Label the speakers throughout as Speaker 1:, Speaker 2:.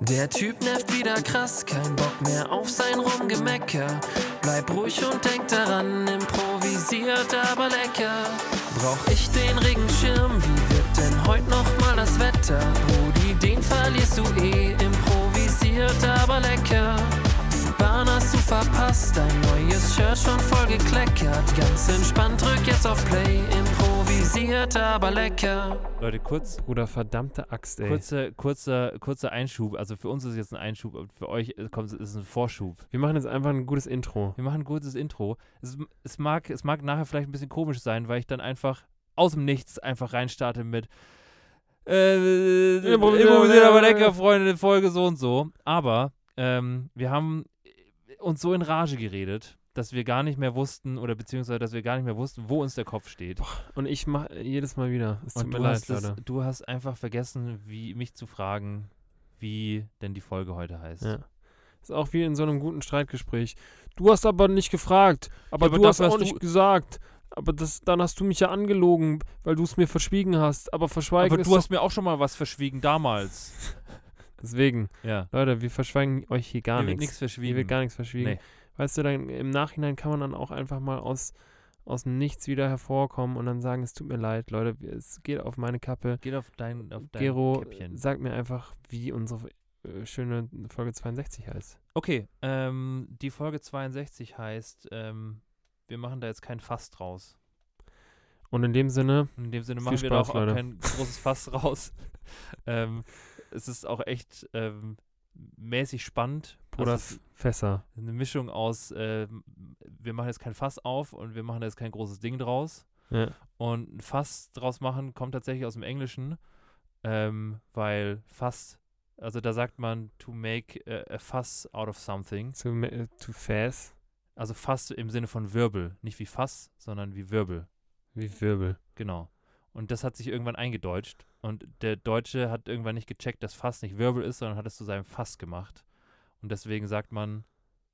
Speaker 1: Der Typ nervt wieder krass, kein Bock mehr auf sein Rumgemecker. Bleib ruhig und denk daran, improvisiert aber lecker. Brauch ich den Regenschirm, wie wird denn heute nochmal das Wetter? Brudi, den verlierst du eh, improvisiert aber lecker. Die Bahn hast du verpasst, dein neues Shirt schon voll gekleckert. Ganz entspannt, drück jetzt auf Play, improvisiert aber lecker.
Speaker 2: Leute, kurz,
Speaker 3: Bruder, verdammte Axt, ey.
Speaker 2: kurzer, kurzer, kurzer Einschub. Also für uns ist es jetzt ein Einschub, aber für euch äh, kommt, ist es ein Vorschub.
Speaker 3: Wir machen jetzt einfach ein gutes Intro.
Speaker 2: Wir machen ein kurzes Intro. Es, es, mag, es mag nachher vielleicht ein bisschen komisch sein, weil ich dann einfach aus dem Nichts einfach reinstarte mit äh,
Speaker 3: Improvisiert,
Speaker 2: improvisiert aber
Speaker 3: aber
Speaker 2: lecker,
Speaker 3: lecker.
Speaker 2: Freunde, Folge so und so. Aber ähm, wir haben uns so in Rage geredet, dass wir gar nicht mehr wussten oder beziehungsweise, dass wir gar nicht mehr wussten, wo uns der Kopf steht.
Speaker 3: Und ich mache jedes Mal wieder. Es tut
Speaker 2: Und
Speaker 3: mir
Speaker 2: du
Speaker 3: leid,
Speaker 2: hast, es,
Speaker 3: Leute.
Speaker 2: du hast einfach vergessen, wie, mich zu fragen, wie denn die Folge heute heißt.
Speaker 3: Ja. Ist auch wie in so einem guten Streitgespräch. Du hast aber nicht gefragt, aber,
Speaker 2: aber
Speaker 3: du hast
Speaker 2: dafür
Speaker 3: auch
Speaker 2: hast
Speaker 3: nicht
Speaker 2: du-
Speaker 3: gesagt. Aber das, dann hast du mich ja angelogen, weil du es mir verschwiegen hast. Aber verschweigen
Speaker 2: Aber
Speaker 3: ist
Speaker 2: du hast mir auch schon mal was verschwiegen damals.
Speaker 3: doch, Deswegen,
Speaker 2: Ja.
Speaker 3: Leute, wir verschweigen euch hier gar
Speaker 2: Hier wird
Speaker 3: nichts.
Speaker 2: nichts
Speaker 3: Hier
Speaker 2: verschwiegen.
Speaker 3: wird gar nichts verschwiegen.
Speaker 2: Nee.
Speaker 3: Weißt du, dann im Nachhinein kann man dann auch einfach mal aus, aus dem Nichts wieder hervorkommen und dann sagen, es tut mir leid, Leute, es geht auf meine Kappe.
Speaker 2: Geht auf dein, auf dein
Speaker 3: Gero,
Speaker 2: Käppchen.
Speaker 3: sag mir einfach, wie unsere äh, schöne Folge 62 heißt.
Speaker 2: Okay, ähm, die Folge 62 heißt, ähm, wir machen da jetzt kein Fass draus.
Speaker 3: Und in dem Sinne,
Speaker 2: In dem Sinne
Speaker 3: Viel
Speaker 2: machen wir da
Speaker 3: Spaß,
Speaker 2: auch
Speaker 3: Leute.
Speaker 2: kein großes Fass raus. ähm, es ist auch echt ähm, mäßig spannend.
Speaker 3: Bruder
Speaker 2: Also es
Speaker 3: F- Fässer.
Speaker 2: ist eine Mischung aus, ähm, wir machen jetzt kein Fass auf und wir machen da jetzt kein großes Ding draus.
Speaker 3: Ja.
Speaker 2: Und ein Fass draus machen kommt tatsächlich aus dem Englischen, ähm, weil Fass, also da sagt man to make a, a fuss out of something.
Speaker 3: Zu, me- äh, zu Fass
Speaker 2: Also Fass im Sinne von Wirbel. Nicht wie Fass, sondern wie Wirbel.
Speaker 3: wie Wirbel.
Speaker 2: Genau. Und das hat sich irgendwann eingedeutscht. Und der Deutsche hat irgendwann nicht gecheckt, dass Fass nicht Wirbel ist, sondern hat es zu seinem Fass gemacht. Und deswegen sagt man,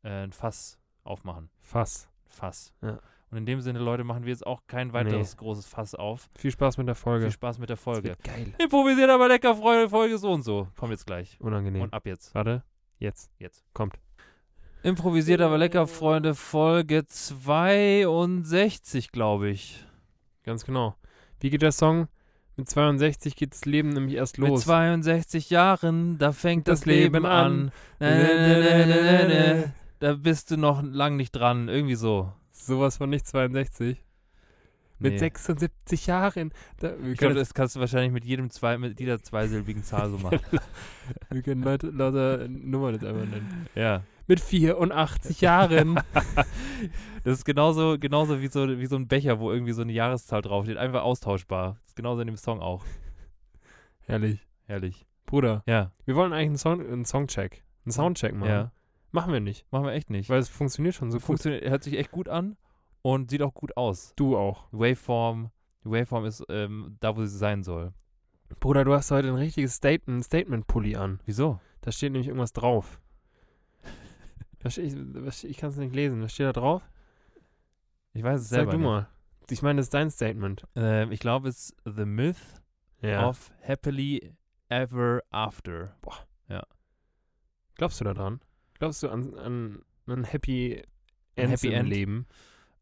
Speaker 2: äh, ein Fass aufmachen.
Speaker 3: Fass.
Speaker 2: Fass.
Speaker 3: Ja.
Speaker 2: Und in dem Sinne, Leute, machen wir jetzt auch kein weiteres großes Fass auf.
Speaker 3: Viel Spaß mit der Folge.
Speaker 2: Viel Spaß mit der
Speaker 3: Das
Speaker 2: Folge.
Speaker 3: wird Geil.
Speaker 2: Improvisiert aber lecker, Freunde, Folge so und so. Kommt jetzt gleich.
Speaker 3: Unangenehm.
Speaker 2: Und ab jetzt.
Speaker 3: Warte, jetzt.
Speaker 2: Jetzt.
Speaker 3: Kommt.
Speaker 2: Improvisiert aber lecker, Freunde, Folge 62, glaube ich.
Speaker 3: Ganz genau. Wie geht der Song? Mit 62 geht das Leben nämlich erst los.
Speaker 2: Mit 62 Jahren, da fängt das,
Speaker 3: Das
Speaker 2: Leben
Speaker 3: Leben
Speaker 2: an.
Speaker 3: an.
Speaker 2: Na, na, na, na, na, na, na. Da bist du noch lang nicht dran, irgendwie so.
Speaker 3: Sowas von nicht 62. Mit
Speaker 2: Nee.
Speaker 3: 76 Jahren. Da, wir,
Speaker 2: Ich glaube,
Speaker 3: können,
Speaker 2: das kannst du wahrscheinlich mit jedem zwei, mit jeder zweisilbigen Zahl so machen.
Speaker 3: wir können Leute, Leute Nummern jetzt einfach nennen.
Speaker 2: ja.
Speaker 3: Mit 84 Jahren.
Speaker 2: Das ist genauso, genauso wie, so, wie so ein Becher, wo irgendwie so eine Jahreszahl draufsteht. Einfach austauschbar. Das ist genauso in dem Song auch.
Speaker 3: Herrlich.
Speaker 2: Herrlich.
Speaker 3: Bruder,
Speaker 2: Ja.
Speaker 3: wir wollen eigentlich einen, Song, einen Songcheck. Einen Soundcheck machen.
Speaker 2: Ja.
Speaker 3: Machen wir nicht,
Speaker 2: Machen wir echt nicht.
Speaker 3: weil es funktioniert schon so gut.
Speaker 2: Funktioniert, hört sich echt gut an und sieht auch gut aus.
Speaker 3: Du auch.
Speaker 2: Waveform, die Waveform ist ähm, da, wo sie sein soll.
Speaker 3: Bruder, du hast heute ein richtiges Statement- Statement-Pulli an.
Speaker 2: Wieso?
Speaker 3: Da steht nämlich irgendwas drauf. Da steht, ich was- ich kann es nicht lesen. Was steht da drauf?
Speaker 2: Ich weiß es
Speaker 3: Sag
Speaker 2: selber.
Speaker 3: du
Speaker 2: nicht.
Speaker 3: mal. Ich meine, das ist dein Statement.
Speaker 2: Ähm, ich glaube, es ist The Myth
Speaker 3: Ja.
Speaker 2: of Happily Ever After.
Speaker 3: Glaubst du daran? Glaubst du an, an, an Happy
Speaker 2: Ein
Speaker 3: Ends
Speaker 2: Happy
Speaker 3: im
Speaker 2: End?
Speaker 3: Leben?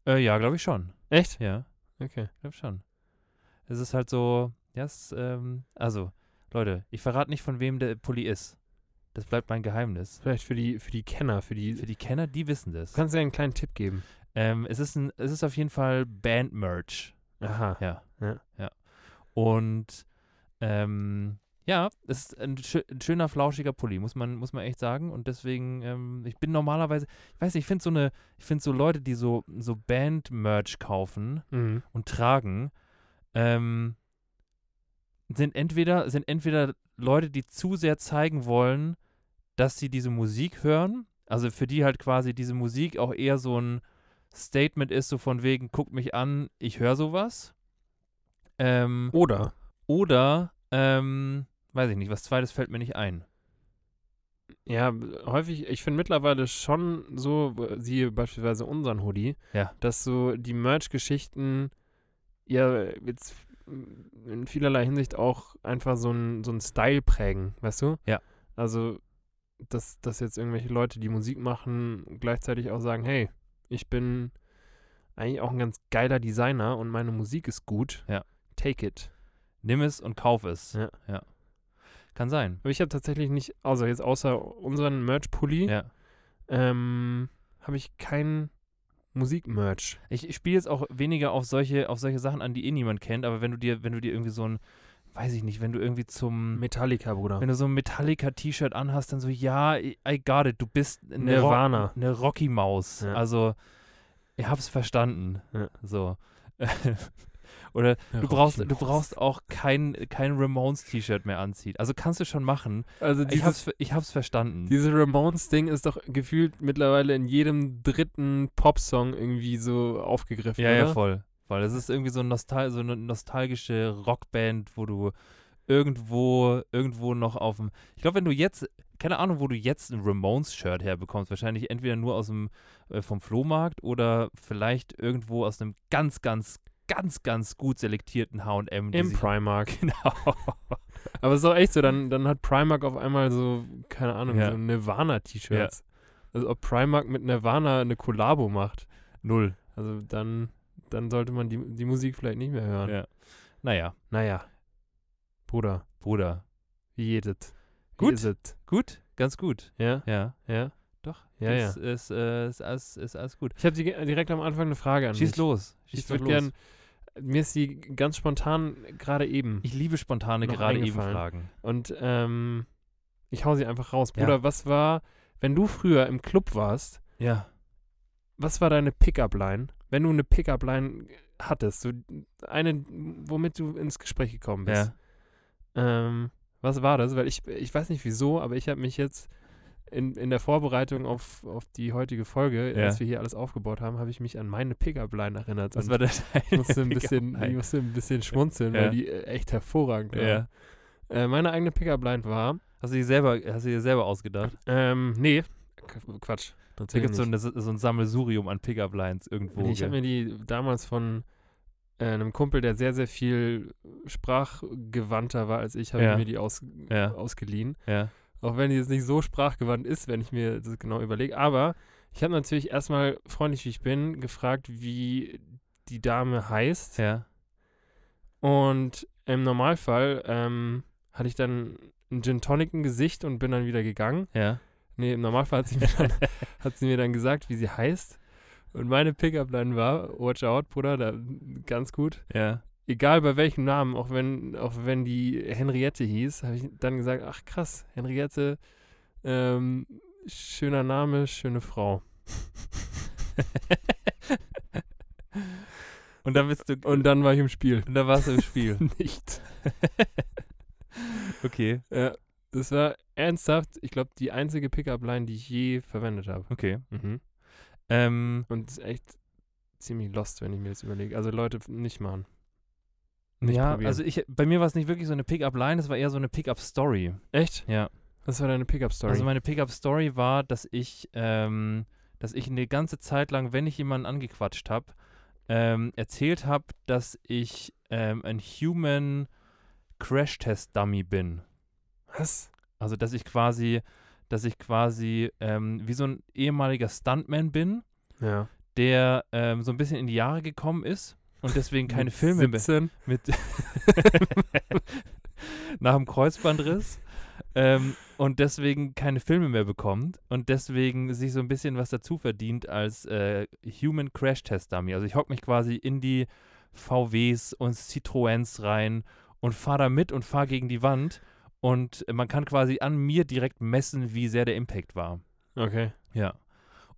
Speaker 2: Äh, ja, glaube ich schon.
Speaker 3: Echt?
Speaker 2: Ja,
Speaker 3: Okay.
Speaker 2: glaube schon. Es ist halt so, ja, es, ähm, also, Leute, ich verrate nicht, von wem der Pulli ist. Das bleibt mein Geheimnis.
Speaker 3: Vielleicht für die, für die Kenner, für die.
Speaker 2: Für die Kenner, die wissen
Speaker 3: du
Speaker 2: das.
Speaker 3: kannst ja einen kleinen Tipp geben.
Speaker 2: Ähm, es, ist ein, es ist auf jeden Fall Band-Merch.
Speaker 3: Aha.
Speaker 2: Ja.
Speaker 3: Ja.
Speaker 2: ja. Und ähm, ja, es ist ein, schö- ein schöner, flauschiger Pulli, muss man, muss man echt sagen. Und deswegen, ähm, ich bin normalerweise, ich weiß nicht, ich finde so eine, ich finde so Leute, die so, so Band-Merch kaufen
Speaker 3: Mhm.
Speaker 2: und tragen, ähm, sind entweder, sind entweder Leute, die zu sehr zeigen wollen, dass sie diese Musik hören. Also für die halt quasi diese Musik auch eher so ein Statement ist, so von wegen, guck mich an, ich höre sowas. Ähm,
Speaker 3: Oder
Speaker 2: oder, ähm, weiß ich nicht, was zweites fällt mir nicht ein.
Speaker 3: Ja, b- häufig, ich finde mittlerweile schon so, b- siehe beispielsweise unseren Hoodie,
Speaker 2: Ja.
Speaker 3: dass so die Merch-Geschichten ja jetzt mm, in vielerlei Hinsicht auch einfach so einen so einen Style prägen, weißt du?
Speaker 2: Ja.
Speaker 3: Also dass, dass jetzt irgendwelche Leute, die Musik machen, gleichzeitig auch sagen, hey, ich bin eigentlich auch ein ganz geiler Designer und meine Musik ist gut.
Speaker 2: Ja.
Speaker 3: Take it.
Speaker 2: Nimm es und kauf es.
Speaker 3: Ja.
Speaker 2: Kann sein.
Speaker 3: Aber ich habe tatsächlich nicht, also jetzt außer unseren Merch-Pulli,
Speaker 2: Ja.
Speaker 3: ähm, habe ich kein Musik-Merch.
Speaker 2: Ich, ich spiele jetzt auch weniger auf solche, auf solche Sachen an, die eh niemand kennt, aber wenn du dir, wenn du dir irgendwie so ein, weiß ich nicht, wenn du irgendwie
Speaker 3: Hm.
Speaker 2: zum,
Speaker 3: Metallica, Bruder.
Speaker 2: wenn du so ein Metallica-T-Shirt anhast, dann so, ja, I I got it, du bist eine, Ro
Speaker 3: Nirvana.
Speaker 2: eine Rocky-Maus.
Speaker 3: Ja.
Speaker 2: Also, ich hab's verstanden.
Speaker 3: Ja.
Speaker 2: So. Oder du brauchst, du brauchst auch kein, kein Ramones-T-Shirt mehr anziehen. Also kannst du schon machen.
Speaker 3: also
Speaker 2: Ich
Speaker 3: dieses,
Speaker 2: hab's, ver- ich hab's verstanden.
Speaker 3: dieses Ramones-Ding ist doch gefühlt mittlerweile in jedem dritten Popsong irgendwie so aufgegriffen,
Speaker 2: Ja,
Speaker 3: oder?
Speaker 2: ja, voll. Weil das ist irgendwie so, ein Nostal so eine nostalgische Rockband, wo du irgendwo, irgendwo noch auf dem. Ich glaube, wenn du jetzt, keine Ahnung, wo du jetzt ein Ramones-Shirt herbekommst, wahrscheinlich entweder nur aus dem, äh, vom Flohmarkt oder vielleicht irgendwo aus einem ganz, ganz, ganz, ganz gut selektierten HM. die
Speaker 3: Im
Speaker 2: sich-
Speaker 3: Primark.
Speaker 2: Genau.
Speaker 3: Aber es ist auch echt so, dann, dann hat Primark auf einmal so, keine Ahnung,
Speaker 2: Ja.
Speaker 3: so Nirvana-T-Shirts. Also ob Primark mit Nirvana eine Kollabo macht,
Speaker 2: Null.
Speaker 3: also dann, dann sollte man die, die Musik vielleicht nicht mehr hören.
Speaker 2: Ja. Naja,
Speaker 3: Naja, Bruder,
Speaker 2: Bruder.
Speaker 3: wie geht es?
Speaker 2: Gut.
Speaker 3: Wie ist es?
Speaker 2: Gut, ganz gut.
Speaker 3: Ja,
Speaker 2: Ja,
Speaker 3: ja.
Speaker 2: doch.
Speaker 3: Ja,
Speaker 2: ist, Ist, äh, ist, alles- ist alles gut.
Speaker 3: Ich habe direkt am Anfang eine Frage an
Speaker 2: Schieß
Speaker 3: dich.
Speaker 2: los. Schieß
Speaker 3: Ich
Speaker 2: doch
Speaker 3: würde
Speaker 2: los.
Speaker 3: gern, mir ist die ganz spontan gerade eben.
Speaker 2: Ich liebe spontane
Speaker 3: Noch
Speaker 2: gerade eben
Speaker 3: eingefallen.
Speaker 2: Fragen.
Speaker 3: Und ähm, ich hau sie einfach raus.
Speaker 2: Ja.
Speaker 3: Bruder, was war, wenn du früher im Club warst,
Speaker 2: Ja.
Speaker 3: was war deine Pickup-Line? Wenn du eine Pickup-Line hattest, so eine, womit du ins Gespräch gekommen bist. Ähm, was war das? Weil ich, ich weiß nicht wieso, aber ich habe mich jetzt in, in der Vorbereitung auf, auf die heutige Folge,
Speaker 2: Ja.
Speaker 3: als wir hier alles aufgebaut haben, habe ich mich an meine Pickup-Line erinnert.
Speaker 2: Was
Speaker 3: Und
Speaker 2: war der
Speaker 3: ich musste ein bisschen, ich musste ein bisschen schmunzeln,
Speaker 2: Ja.
Speaker 3: weil die äh, echt hervorragend war.
Speaker 2: Ja.
Speaker 3: Äh, meine eigene Pickup-Line war,
Speaker 2: Hast du dir selber, hast du dir selber ausgedacht?
Speaker 3: ähm, nee, Qu- Quatsch.
Speaker 2: Da
Speaker 3: Natürlich
Speaker 2: gibt es so,
Speaker 3: nicht.
Speaker 2: eine- so ein Sammelsurium an Pickup-Lines irgendwo.
Speaker 3: Nee, ich habe
Speaker 2: gell?
Speaker 3: mir die damals von äh, einem Kumpel, der sehr, sehr viel sprachgewandter war als ich, habe
Speaker 2: Ja.
Speaker 3: ich mir die aus,
Speaker 2: Ja.
Speaker 3: ausgeliehen.
Speaker 2: ja.
Speaker 3: Auch wenn die jetzt nicht so sprachgewandt ist, wenn ich mir das genau überlege. Aber ich habe natürlich erstmal, freundlich wie ich bin, gefragt, wie die Dame heißt.
Speaker 2: Ja.
Speaker 3: Und im Normalfall ähm, hatte ich dann einen Gin Tonic im Gesicht und bin dann wieder gegangen.
Speaker 2: Ja.
Speaker 3: Nee, im Normalfall hat sie mir dann, hat sie mir dann gesagt, wie sie heißt. Und meine Pickup-Line war, watch out, Bruder, da, ganz gut.
Speaker 2: Ja.
Speaker 3: Egal bei welchem Namen, auch wenn, auch wenn die Henriette hieß, habe ich dann gesagt, ach krass, Henriette, ähm, schöner Name, schöne Frau.
Speaker 2: Und dann bist du.
Speaker 3: Und dann war ich im Spiel.
Speaker 2: und dann warst du im Spiel.
Speaker 3: Nicht.
Speaker 2: Okay.
Speaker 3: Ja, das war ernsthaft, ich glaube, die einzige Pickup-Line, die ich je verwendet habe.
Speaker 2: Okay. Ähm,
Speaker 3: Und es ist echt ziemlich lost, wenn ich mir das überlege. Also Leute, nicht machen. Nicht
Speaker 2: ja,
Speaker 3: probieren.
Speaker 2: also ich, bei mir war es nicht wirklich so eine Pickup-Line, es war eher so eine Pickup-Story.
Speaker 3: Echt?
Speaker 2: Ja.
Speaker 3: Das war deine Pickup-Story.
Speaker 2: Also meine Pickup-Story war, dass ich, ähm, dass ich eine ganze Zeit lang, wenn ich jemanden angequatscht habe, ähm, erzählt habe, dass ich ähm, ein Human Crash-Test-Dummy bin.
Speaker 3: Was?
Speaker 2: Also dass ich quasi, dass ich quasi ähm, wie so ein ehemaliger Stuntman bin,
Speaker 3: Ja.
Speaker 2: der ähm, so ein bisschen in die Jahre gekommen ist und deswegen keine Filme mehr
Speaker 3: 17.
Speaker 2: mit nach dem Kreuzbandriss ähm, und deswegen keine Filme mehr bekommt und deswegen sich so ein bisschen was dazu verdient als äh, Human Crash Test Dummy. Also ich hock mich quasi in die VWs und Citroëns rein und fahre da mit und fahre gegen die Wand und äh, man kann quasi an mir direkt messen, wie sehr der Impact war.
Speaker 3: Okay.
Speaker 2: Ja.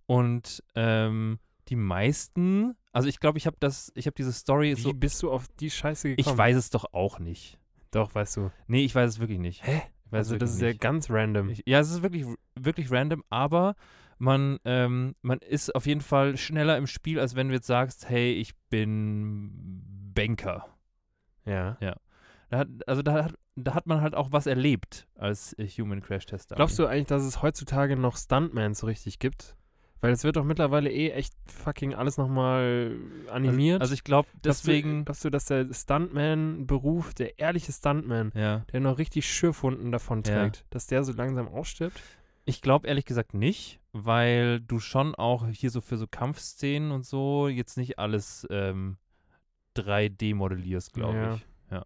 Speaker 2: Und ähm, die meisten, also ich glaube, ich habe das, ich habe diese Story
Speaker 3: Wie
Speaker 2: so
Speaker 3: bist du auf die Scheiße
Speaker 2: ich
Speaker 3: gekommen?
Speaker 2: weiß es doch auch nicht.
Speaker 3: Doch, weißt du.
Speaker 2: Nee, ich weiß es wirklich nicht. Hä? Ich weiß
Speaker 3: Also
Speaker 2: es
Speaker 3: das
Speaker 2: wirklich
Speaker 3: ist ja
Speaker 2: nicht.
Speaker 3: ganz random.
Speaker 2: ich, ja, es ist wirklich, wirklich random, aber man, ähm, man ist auf jeden Fall schneller im Spiel, als wenn du jetzt sagst, hey, ich bin Banker.
Speaker 3: ja.
Speaker 2: Da hat, also da hat, da hat man halt auch was erlebt als äh, Human Crash Tester.
Speaker 3: Glaubst du eigentlich, dass es heutzutage noch Stuntman so richtig gibt? Weil es wird doch mittlerweile eh echt fucking alles nochmal animiert.
Speaker 2: Also, also ich glaube,
Speaker 3: Glaubst du-
Speaker 2: deswegen.
Speaker 3: Glaubst du, dass der Stuntman-Beruf, der ehrliche Stuntman,
Speaker 2: Ja.
Speaker 3: der noch richtig Schürfwunden davon
Speaker 2: Ja.
Speaker 3: trägt, dass der so langsam ausstirbt?
Speaker 2: Ich glaube ehrlich gesagt nicht, weil du schon auch hier so für so Kampfszenen und so jetzt nicht alles ähm, 3D modellierst, glaube
Speaker 3: Ja.
Speaker 2: ich. Ja.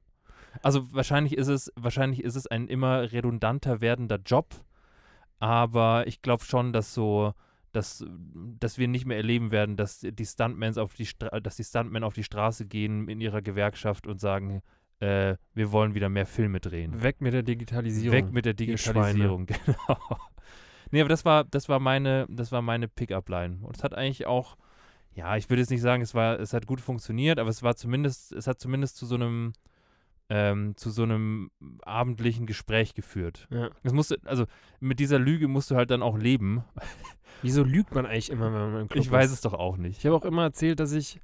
Speaker 2: Also wahrscheinlich ist es, wahrscheinlich ist es ein immer redundanter werdender Job, aber ich glaube schon, dass so, dass, dass wir nicht mehr erleben werden, dass die Stuntmans auf die Stra dass die Stuntmen auf die Straße gehen in ihrer Gewerkschaft und sagen, äh, wir wollen wieder mehr Filme drehen.
Speaker 3: Weg mit der Digitalisierung.
Speaker 2: Weg mit der
Speaker 3: ihr
Speaker 2: Digitalisierung, genau. Nee, aber das war, das war meine, das war meine Pickup-Line. Und es hat eigentlich auch, ja, ich würde jetzt nicht sagen, es war, es hat gut funktioniert, aber es war zumindest, es hat zumindest zu so einem, ähm, zu so einem abendlichen Gespräch geführt.
Speaker 3: ja.
Speaker 2: Es musste, also mit dieser Lüge musst du halt dann auch leben.
Speaker 3: Wieso lügt man eigentlich immer, wenn man im Club
Speaker 2: Ich weiß
Speaker 3: ist?
Speaker 2: es doch auch nicht.
Speaker 3: Ich habe auch immer erzählt, dass ich,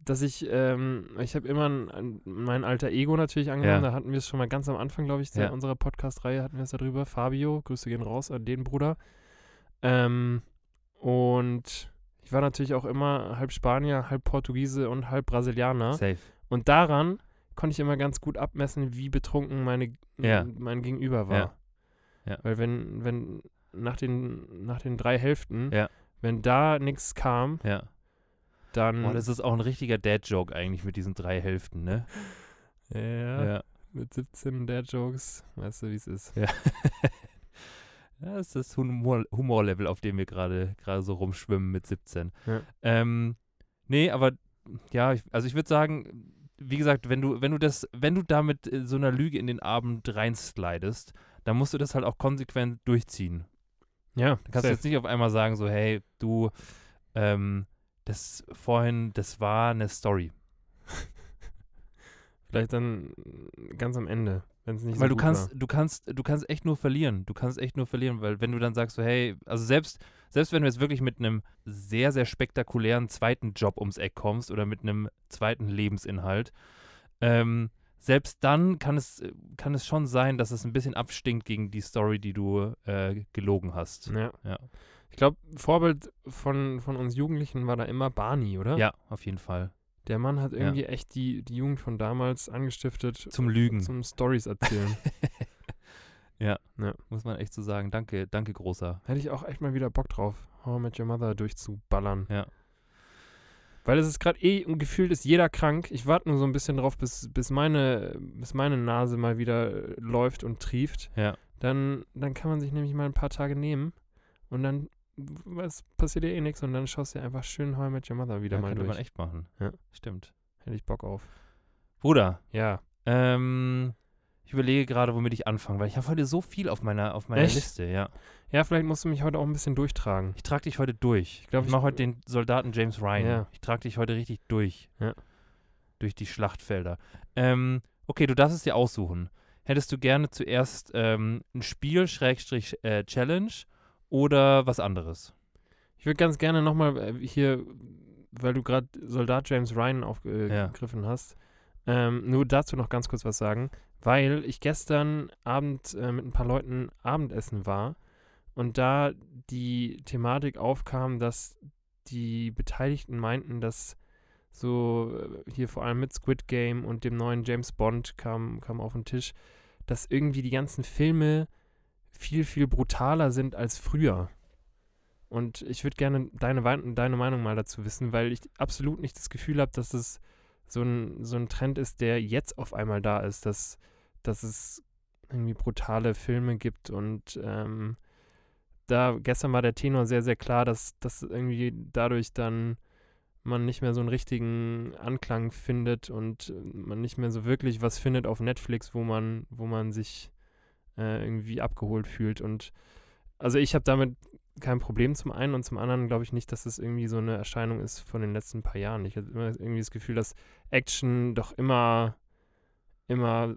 Speaker 3: dass ich, ähm, ich habe immer ein, ein, mein alter Ego natürlich angenommen.
Speaker 2: Ja.
Speaker 3: Da hatten wir es schon mal ganz am Anfang, glaube ich,
Speaker 2: Ja.
Speaker 3: in unserer Podcast-Reihe hatten wir es darüber. Fabio, Grüße gehen raus an den Bruder. Ähm, und ich war natürlich auch immer halb Spanier, halb Portugiese und halb Brasilianer.
Speaker 2: Safe.
Speaker 3: Und daran konnte ich immer ganz gut abmessen, wie betrunken meine,
Speaker 2: Ja.
Speaker 3: m- mein Gegenüber war.
Speaker 2: Ja. Ja.
Speaker 3: Weil wenn, wenn nach den, nach den drei Hälften,
Speaker 2: Ja.
Speaker 3: wenn da nichts kam,
Speaker 2: Ja.
Speaker 3: dann
Speaker 2: Boah, das ist auch ein richtiger Dad-Joke eigentlich mit diesen drei Hälften, ne?
Speaker 3: ja,
Speaker 2: ja.
Speaker 3: mit 17 der Jokes, weißt du, wie es ist.
Speaker 2: Ja, das ist das Humor Humorlevel, auf dem wir gerade gerade so rumschwimmen mit 17.
Speaker 3: Ja.
Speaker 2: Ähm, nee, aber ja, ich, also ich würde sagen, wie gesagt, wenn du, wenn du das, wenn du da mit äh, so einer Lüge in den Abend reinslidest, dann musst du das halt auch konsequent durchziehen.
Speaker 3: Ja,
Speaker 2: Dann kannst
Speaker 3: safe.
Speaker 2: du jetzt nicht auf einmal sagen, so, hey, du, ähm, das vorhin, das war eine Story.
Speaker 3: vielleicht dann ganz am Ende, wenn es nicht
Speaker 2: Weil
Speaker 3: so
Speaker 2: du
Speaker 3: gut
Speaker 2: kannst,
Speaker 3: war.
Speaker 2: du kannst, du kannst echt nur verlieren. Du kannst echt nur verlieren, weil wenn du dann sagst, so, hey, also selbst, selbst wenn du jetzt wirklich mit einem sehr, sehr spektakulären zweiten Job ums Eck kommst oder mit einem zweiten Lebensinhalt, ähm, selbst dann kann es, kann es schon sein, dass es ein bisschen abstinkt gegen die Story, die du äh, gelogen hast.
Speaker 3: Ja.
Speaker 2: Ja.
Speaker 3: Ich glaube, Vorbild von, von uns Jugendlichen war da immer Barney, oder?
Speaker 2: Ja, auf jeden Fall.
Speaker 3: Der Mann hat
Speaker 2: Ja.
Speaker 3: irgendwie echt die, die Jugend von damals angestiftet
Speaker 2: Zum Lügen,
Speaker 3: zum Stories erzählen.
Speaker 2: muss man echt so sagen. Danke, danke, großer.
Speaker 3: Hätte ich auch echt mal wieder Bock drauf, How I Met Your Mother durchzuballern.
Speaker 2: Ja.
Speaker 3: Weil es ist gerade eh, und gefühlt ist jeder krank. Ich warte nur so ein bisschen drauf, bis, bis, meine, bis meine Nase mal wieder äh, läuft und trieft.
Speaker 2: Ja.
Speaker 3: Dann, dann kann man sich nämlich mal ein paar Tage nehmen und dann was, passiert dir eh nichts und dann schaust du dir einfach schön How I Met Your Mother wieder
Speaker 2: Ja,
Speaker 3: mal
Speaker 2: könnte
Speaker 3: durch.
Speaker 2: man echt machen.
Speaker 3: Ja.
Speaker 2: Stimmt.
Speaker 3: Hätte ich Bock auf.
Speaker 2: Bruder,
Speaker 3: Ja.
Speaker 2: Ähm, ich überlege gerade, womit ich anfange, weil ich habe heute so viel auf meiner, auf meiner
Speaker 3: Echt?
Speaker 2: Liste, ja.
Speaker 3: Ja, vielleicht musst du mich heute auch ein bisschen durchtragen.
Speaker 2: Ich trage dich heute durch. Ich
Speaker 3: glaub,
Speaker 2: glaube, ich,
Speaker 3: ich-
Speaker 2: mache heute den Soldaten James Ryan.
Speaker 3: Ja.
Speaker 2: Ich trage dich heute richtig durch.
Speaker 3: Ja.
Speaker 2: Durch die Schlachtfelder. Ähm, okay, du darfst es dir aussuchen. Hättest du gerne zuerst ähm, ein Spiel, Schrägstrich, äh, Challenge oder was anderes?
Speaker 3: Ich würde ganz gerne nochmal hier, weil du gerade Soldat James Ryan
Speaker 2: Ja.
Speaker 3: aufgegriffen hast, ähm, nur dazu noch ganz kurz was sagen, weil ich gestern Abend äh, mit ein paar Leuten Abendessen war und da die Thematik aufkam, dass die Beteiligten meinten, dass so äh, hier vor allem mit Squid Game und dem neuen James Bond kam, kam auf den Tisch, dass irgendwie die ganzen Filme viel, viel brutaler sind als früher. Und ich würde gerne deine, Wein- deine Meinung mal dazu wissen, weil ich absolut nicht das Gefühl habe, dass es so ein, so ein Trend ist, der jetzt auf einmal da ist, dass, dass es irgendwie brutale Filme gibt. Und ähm, da gestern war der Tenor sehr, sehr klar, dass, dass irgendwie dadurch dann man nicht mehr so einen richtigen Anklang findet und man nicht mehr so wirklich was findet auf Netflix, wo man, wo man sich äh, irgendwie abgeholt fühlt. Und also ich habe damit kein Problem zum einen und zum anderen glaube ich nicht, dass es irgendwie so eine Erscheinung ist von den letzten paar Jahren. Ich habe immer irgendwie das Gefühl, dass Action doch immer, immer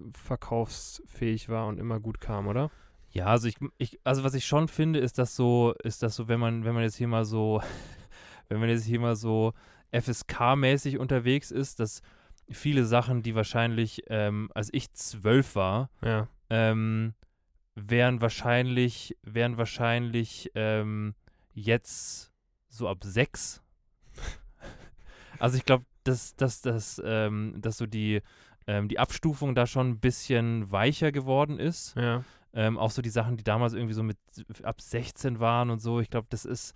Speaker 3: verkaufsfähig war und immer gut kam, oder?
Speaker 2: Ja, also ich, ich, also was ich schon finde, ist das so, ist das so, wenn man, wenn man jetzt hier mal so, wenn man jetzt hier mal so FSK-mäßig unterwegs ist, dass viele Sachen, die wahrscheinlich, ähm, als ich zwölf war,
Speaker 3: Ja.
Speaker 2: ähm, wären wahrscheinlich, wären wahrscheinlich ähm, jetzt so ab sechs. also ich glaube, dass, dass, dass, ähm, dass so die, ähm, die Abstufung da schon ein bisschen weicher geworden ist
Speaker 3: Ja.
Speaker 2: Ähm, auch so die Sachen, die damals irgendwie so mit ab 16 waren und so. Ich glaube, das ist,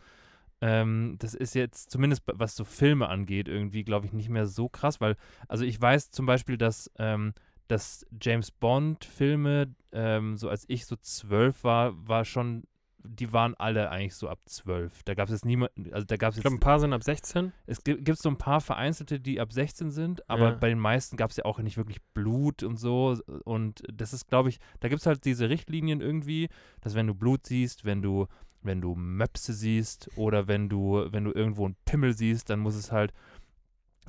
Speaker 2: ähm, das ist jetzt zumindest was so Filme angeht, irgendwie, glaube ich, nicht mehr so krass, weil, also ich weiß zum Beispiel, dass, ähm, dass James Bond-Filme, ähm, so als ich so zwölf war, war schon, die waren alle eigentlich so ab zwölf. Da gab es jetzt niemanden, also da gab es
Speaker 3: Ich glaube, ein paar sind ab 16.
Speaker 2: es gi- gibt so ein paar vereinzelte, die ab 16 sind, aber
Speaker 3: Ja.
Speaker 2: bei den meisten gab es ja auch nicht wirklich Blut und so. Und das ist, glaube ich, da gibt es halt diese Richtlinien irgendwie, dass wenn du Blut siehst, wenn du, wenn du Möpse siehst oder wenn du, wenn du irgendwo einen Pimmel siehst, dann muss es halt,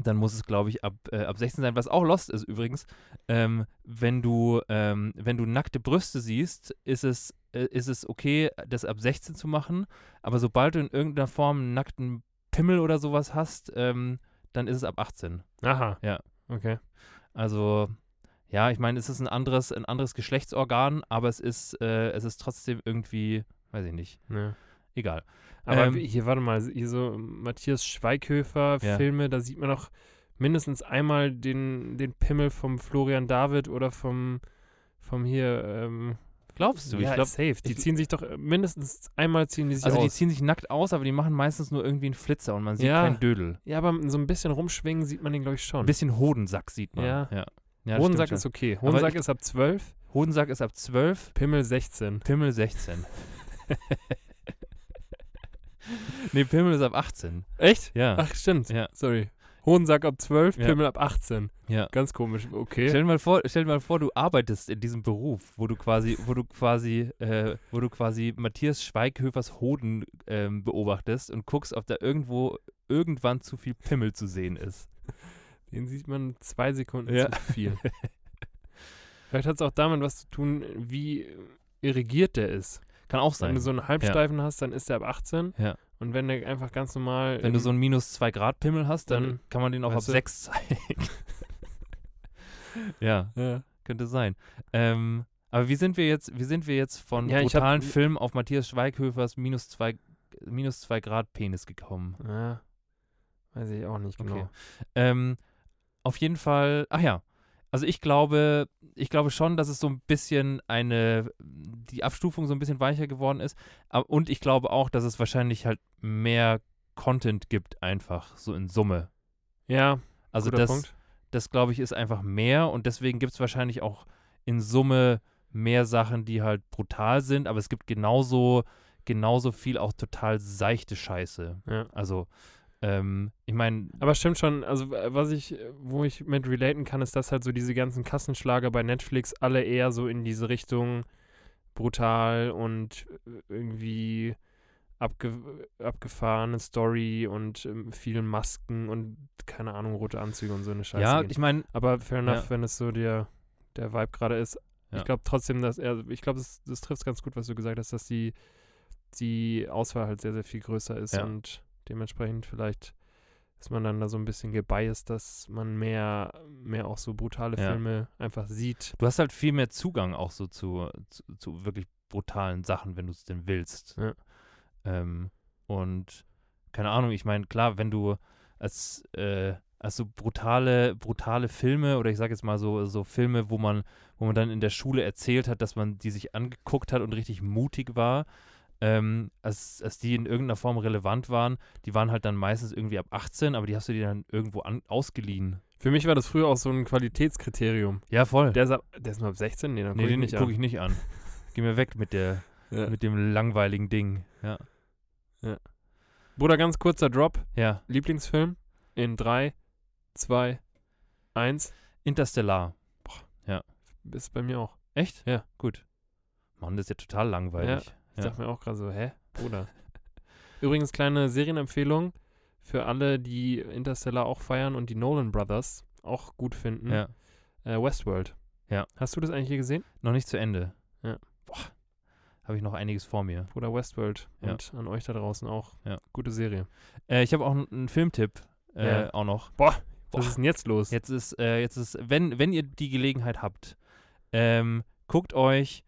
Speaker 2: dann muss es, glaube ich, ab, äh, ab 16 sein, was auch Lost ist übrigens. Ähm, wenn du, ähm, wenn du nackte Brüste siehst, ist es, äh, ist es okay, das ab 16 zu machen, aber sobald du in irgendeiner Form einen nackten Pimmel oder sowas hast, ähm, dann ist es ab 18.
Speaker 3: Aha.
Speaker 2: Ja.
Speaker 3: Okay.
Speaker 2: Also, ja, ich meine, es ist ein anderes, ein anderes Geschlechtsorgan, aber es ist, äh, es ist trotzdem irgendwie, weiß ich nicht,
Speaker 3: Ja.
Speaker 2: egal.
Speaker 3: ne. Aber
Speaker 2: Ähm,
Speaker 3: wie- hier, warte mal, hier so Matthias
Speaker 2: Ja.
Speaker 3: Schweighöfer-Filme, da sieht man auch mindestens einmal den, den Pimmel vom Florian David oder vom, vom hier, ähm,
Speaker 2: Glaubst du?
Speaker 3: ja,
Speaker 2: ich glaube,
Speaker 3: safe. Die
Speaker 2: ich-
Speaker 3: ziehen sich doch äh, mindestens einmal ziehen die sich
Speaker 2: also die
Speaker 3: aus.
Speaker 2: ziehen sich nackt aus, aber die machen meistens nur irgendwie einen Flitzer und man sieht
Speaker 3: Ja.
Speaker 2: keinen Dödel.
Speaker 3: ja, aber so ein bisschen rumschwingen sieht man den, glaube ich, schon.
Speaker 2: Ein bisschen Hodensack sieht man.
Speaker 3: Ja.
Speaker 2: ja. ja das
Speaker 3: Hodensack
Speaker 2: stimmt
Speaker 3: ist okay.
Speaker 2: Aber
Speaker 3: Hodensack
Speaker 2: ich-
Speaker 3: ist ab 12,
Speaker 2: schon. Hodensack ist ab 12,
Speaker 3: Pimmel 16.
Speaker 2: Pimmel 16. nee, Pimmel ist ab 18.
Speaker 3: Echt?
Speaker 2: Ja.
Speaker 3: Ach, stimmt.
Speaker 2: Ja.
Speaker 3: Sorry. Hodensack ab 12,
Speaker 2: Ja.
Speaker 3: Pimmel ab 18.
Speaker 2: Ja.
Speaker 3: Ganz komisch. Okay.
Speaker 2: Stell dir, mal vor, stell dir mal vor, du arbeitest in diesem Beruf, wo du quasi, wo du quasi, äh, wo du quasi Matthias Schweighöfers Hoden ähm, beobachtest und guckst, ob da irgendwo irgendwann zu viel Pimmel zu sehen ist.
Speaker 3: Den sieht man zwei Sekunden
Speaker 2: Ja.
Speaker 3: zu viel. Vielleicht hat es auch damit was zu tun, wie irrigiert der ist.
Speaker 2: Kann auch
Speaker 3: Wenn
Speaker 2: sein.
Speaker 3: du so einen Halbsteifen hast, dann ist der ab 18.
Speaker 2: Ja.
Speaker 3: Und wenn der einfach ganz normal.
Speaker 2: Wenn du so einen minus 2 Grad Pimmel hast, dann
Speaker 3: Dann-
Speaker 2: kann man den auch ab
Speaker 3: Ähm. Mhm. weißt du-
Speaker 2: 6 zeigen. ja,
Speaker 3: Ja.
Speaker 2: könnte sein. Ähm, aber wie sind wir jetzt, wie sind wir jetzt von
Speaker 3: Ja, ich hab-
Speaker 2: brutalen Filmen auf Matthias Schweighöfers minus 2 minus zwei Grad Penis gekommen?
Speaker 3: ja. Ah, Weiß ich auch nicht
Speaker 2: Okay.
Speaker 3: genau.
Speaker 2: Ähm, auf jeden Fall, ach ja. Also ich glaube, ich glaube schon, dass es so ein bisschen eine, die Abstufung so ein bisschen weicher geworden ist. Ab- Und ich glaube auch, dass es wahrscheinlich halt mehr Content gibt, einfach so in Summe.
Speaker 3: Ja,
Speaker 2: Also
Speaker 3: guter
Speaker 2: das,
Speaker 3: Punkt.
Speaker 2: das glaube ich ist einfach mehr und deswegen gibt es wahrscheinlich auch in Summe mehr Sachen, die halt brutal sind, aber es gibt genauso, genauso viel auch total seichte Scheiße.
Speaker 3: Ja.
Speaker 2: Also, ähm, ich meine,
Speaker 3: Aber stimmt schon, also äh, was ich, äh, wo ich mit relaten kann, ist, dass halt so diese ganzen Kassenschlager bei Netflix alle eher so in diese Richtung brutal und äh, irgendwie abge abgefahrene Story und ähm, vielen Masken und keine Ahnung, rote Anzüge und so eine Scheiße.
Speaker 2: ja,
Speaker 3: gehen.
Speaker 2: ich meine,
Speaker 3: Aber fair enough,
Speaker 2: Ja.
Speaker 3: wenn es so der, der Vibe gerade ist.
Speaker 2: Ja.
Speaker 3: Ich glaube trotzdem, dass er, ich glaube, das, das trifft ganz gut, was du gesagt hast, dass die, die Auswahl halt sehr, sehr viel größer ist
Speaker 2: Ja.
Speaker 3: und dementsprechend vielleicht ist man dann da so ein bisschen gebiased, dass man mehr, mehr auch so brutale
Speaker 2: Ja.
Speaker 3: Filme einfach sieht.
Speaker 2: Du hast halt viel mehr Zugang auch so zu, zu, zu wirklich brutalen Sachen, wenn du es denn willst.
Speaker 3: Ja.
Speaker 2: Ähm, und keine Ahnung, ich meine, klar, wenn du als, äh, als so brutale, brutale Filme oder ich sag jetzt mal so, so Filme, wo man, wo man dann in der Schule erzählt hat, dass man die sich angeguckt hat und richtig mutig war, ähm, als, als die in irgendeiner Form relevant waren, die waren halt dann meistens irgendwie ab 18, aber die hast du dir dann irgendwo an, ausgeliehen.
Speaker 3: Für mich war das früher auch so ein Qualitätskriterium.
Speaker 2: Ja, voll.
Speaker 3: Der ist, ab, der ist nur ab 16? Nee, dann guck
Speaker 2: nee,
Speaker 3: ich
Speaker 2: den
Speaker 3: nicht
Speaker 2: gucke
Speaker 3: an.
Speaker 2: ich nicht an. Geh mir weg mit der
Speaker 3: Ja.
Speaker 2: mit dem langweiligen Ding. Ja.
Speaker 3: Bruder, ganz kurzer Drop.
Speaker 2: Ja.
Speaker 3: Lieblingsfilm in 3, 2, 1.
Speaker 2: Interstellar.
Speaker 3: Ist bei mir auch.
Speaker 2: Echt?
Speaker 3: Ja.
Speaker 2: Gut. Mann, das ist ja total langweilig.
Speaker 3: Ich
Speaker 2: Ja.
Speaker 3: dachte mir auch gerade so, hä? Bruder. Übrigens, kleine Serienempfehlung für alle, die Interstellar auch feiern und die Nolan Brothers auch gut finden.
Speaker 2: Ja.
Speaker 3: Äh, Westworld.
Speaker 2: Ja.
Speaker 3: Hast du das eigentlich hier gesehen?
Speaker 2: Noch nicht zu Ende.
Speaker 3: Ja.
Speaker 2: Boah. Habe ich noch einiges vor mir.
Speaker 3: Bruder Westworld.
Speaker 2: Ja.
Speaker 3: Und an euch da draußen auch.
Speaker 2: Ja.
Speaker 3: Gute Serie.
Speaker 2: Äh, ich habe auch n- einen Filmtipp äh,
Speaker 3: Ja.
Speaker 2: auch noch. Boah.
Speaker 3: Was ist denn jetzt los?
Speaker 2: Jetzt ist, äh, jetzt ist, wenn, wenn ihr die Gelegenheit habt, ähm, guckt euch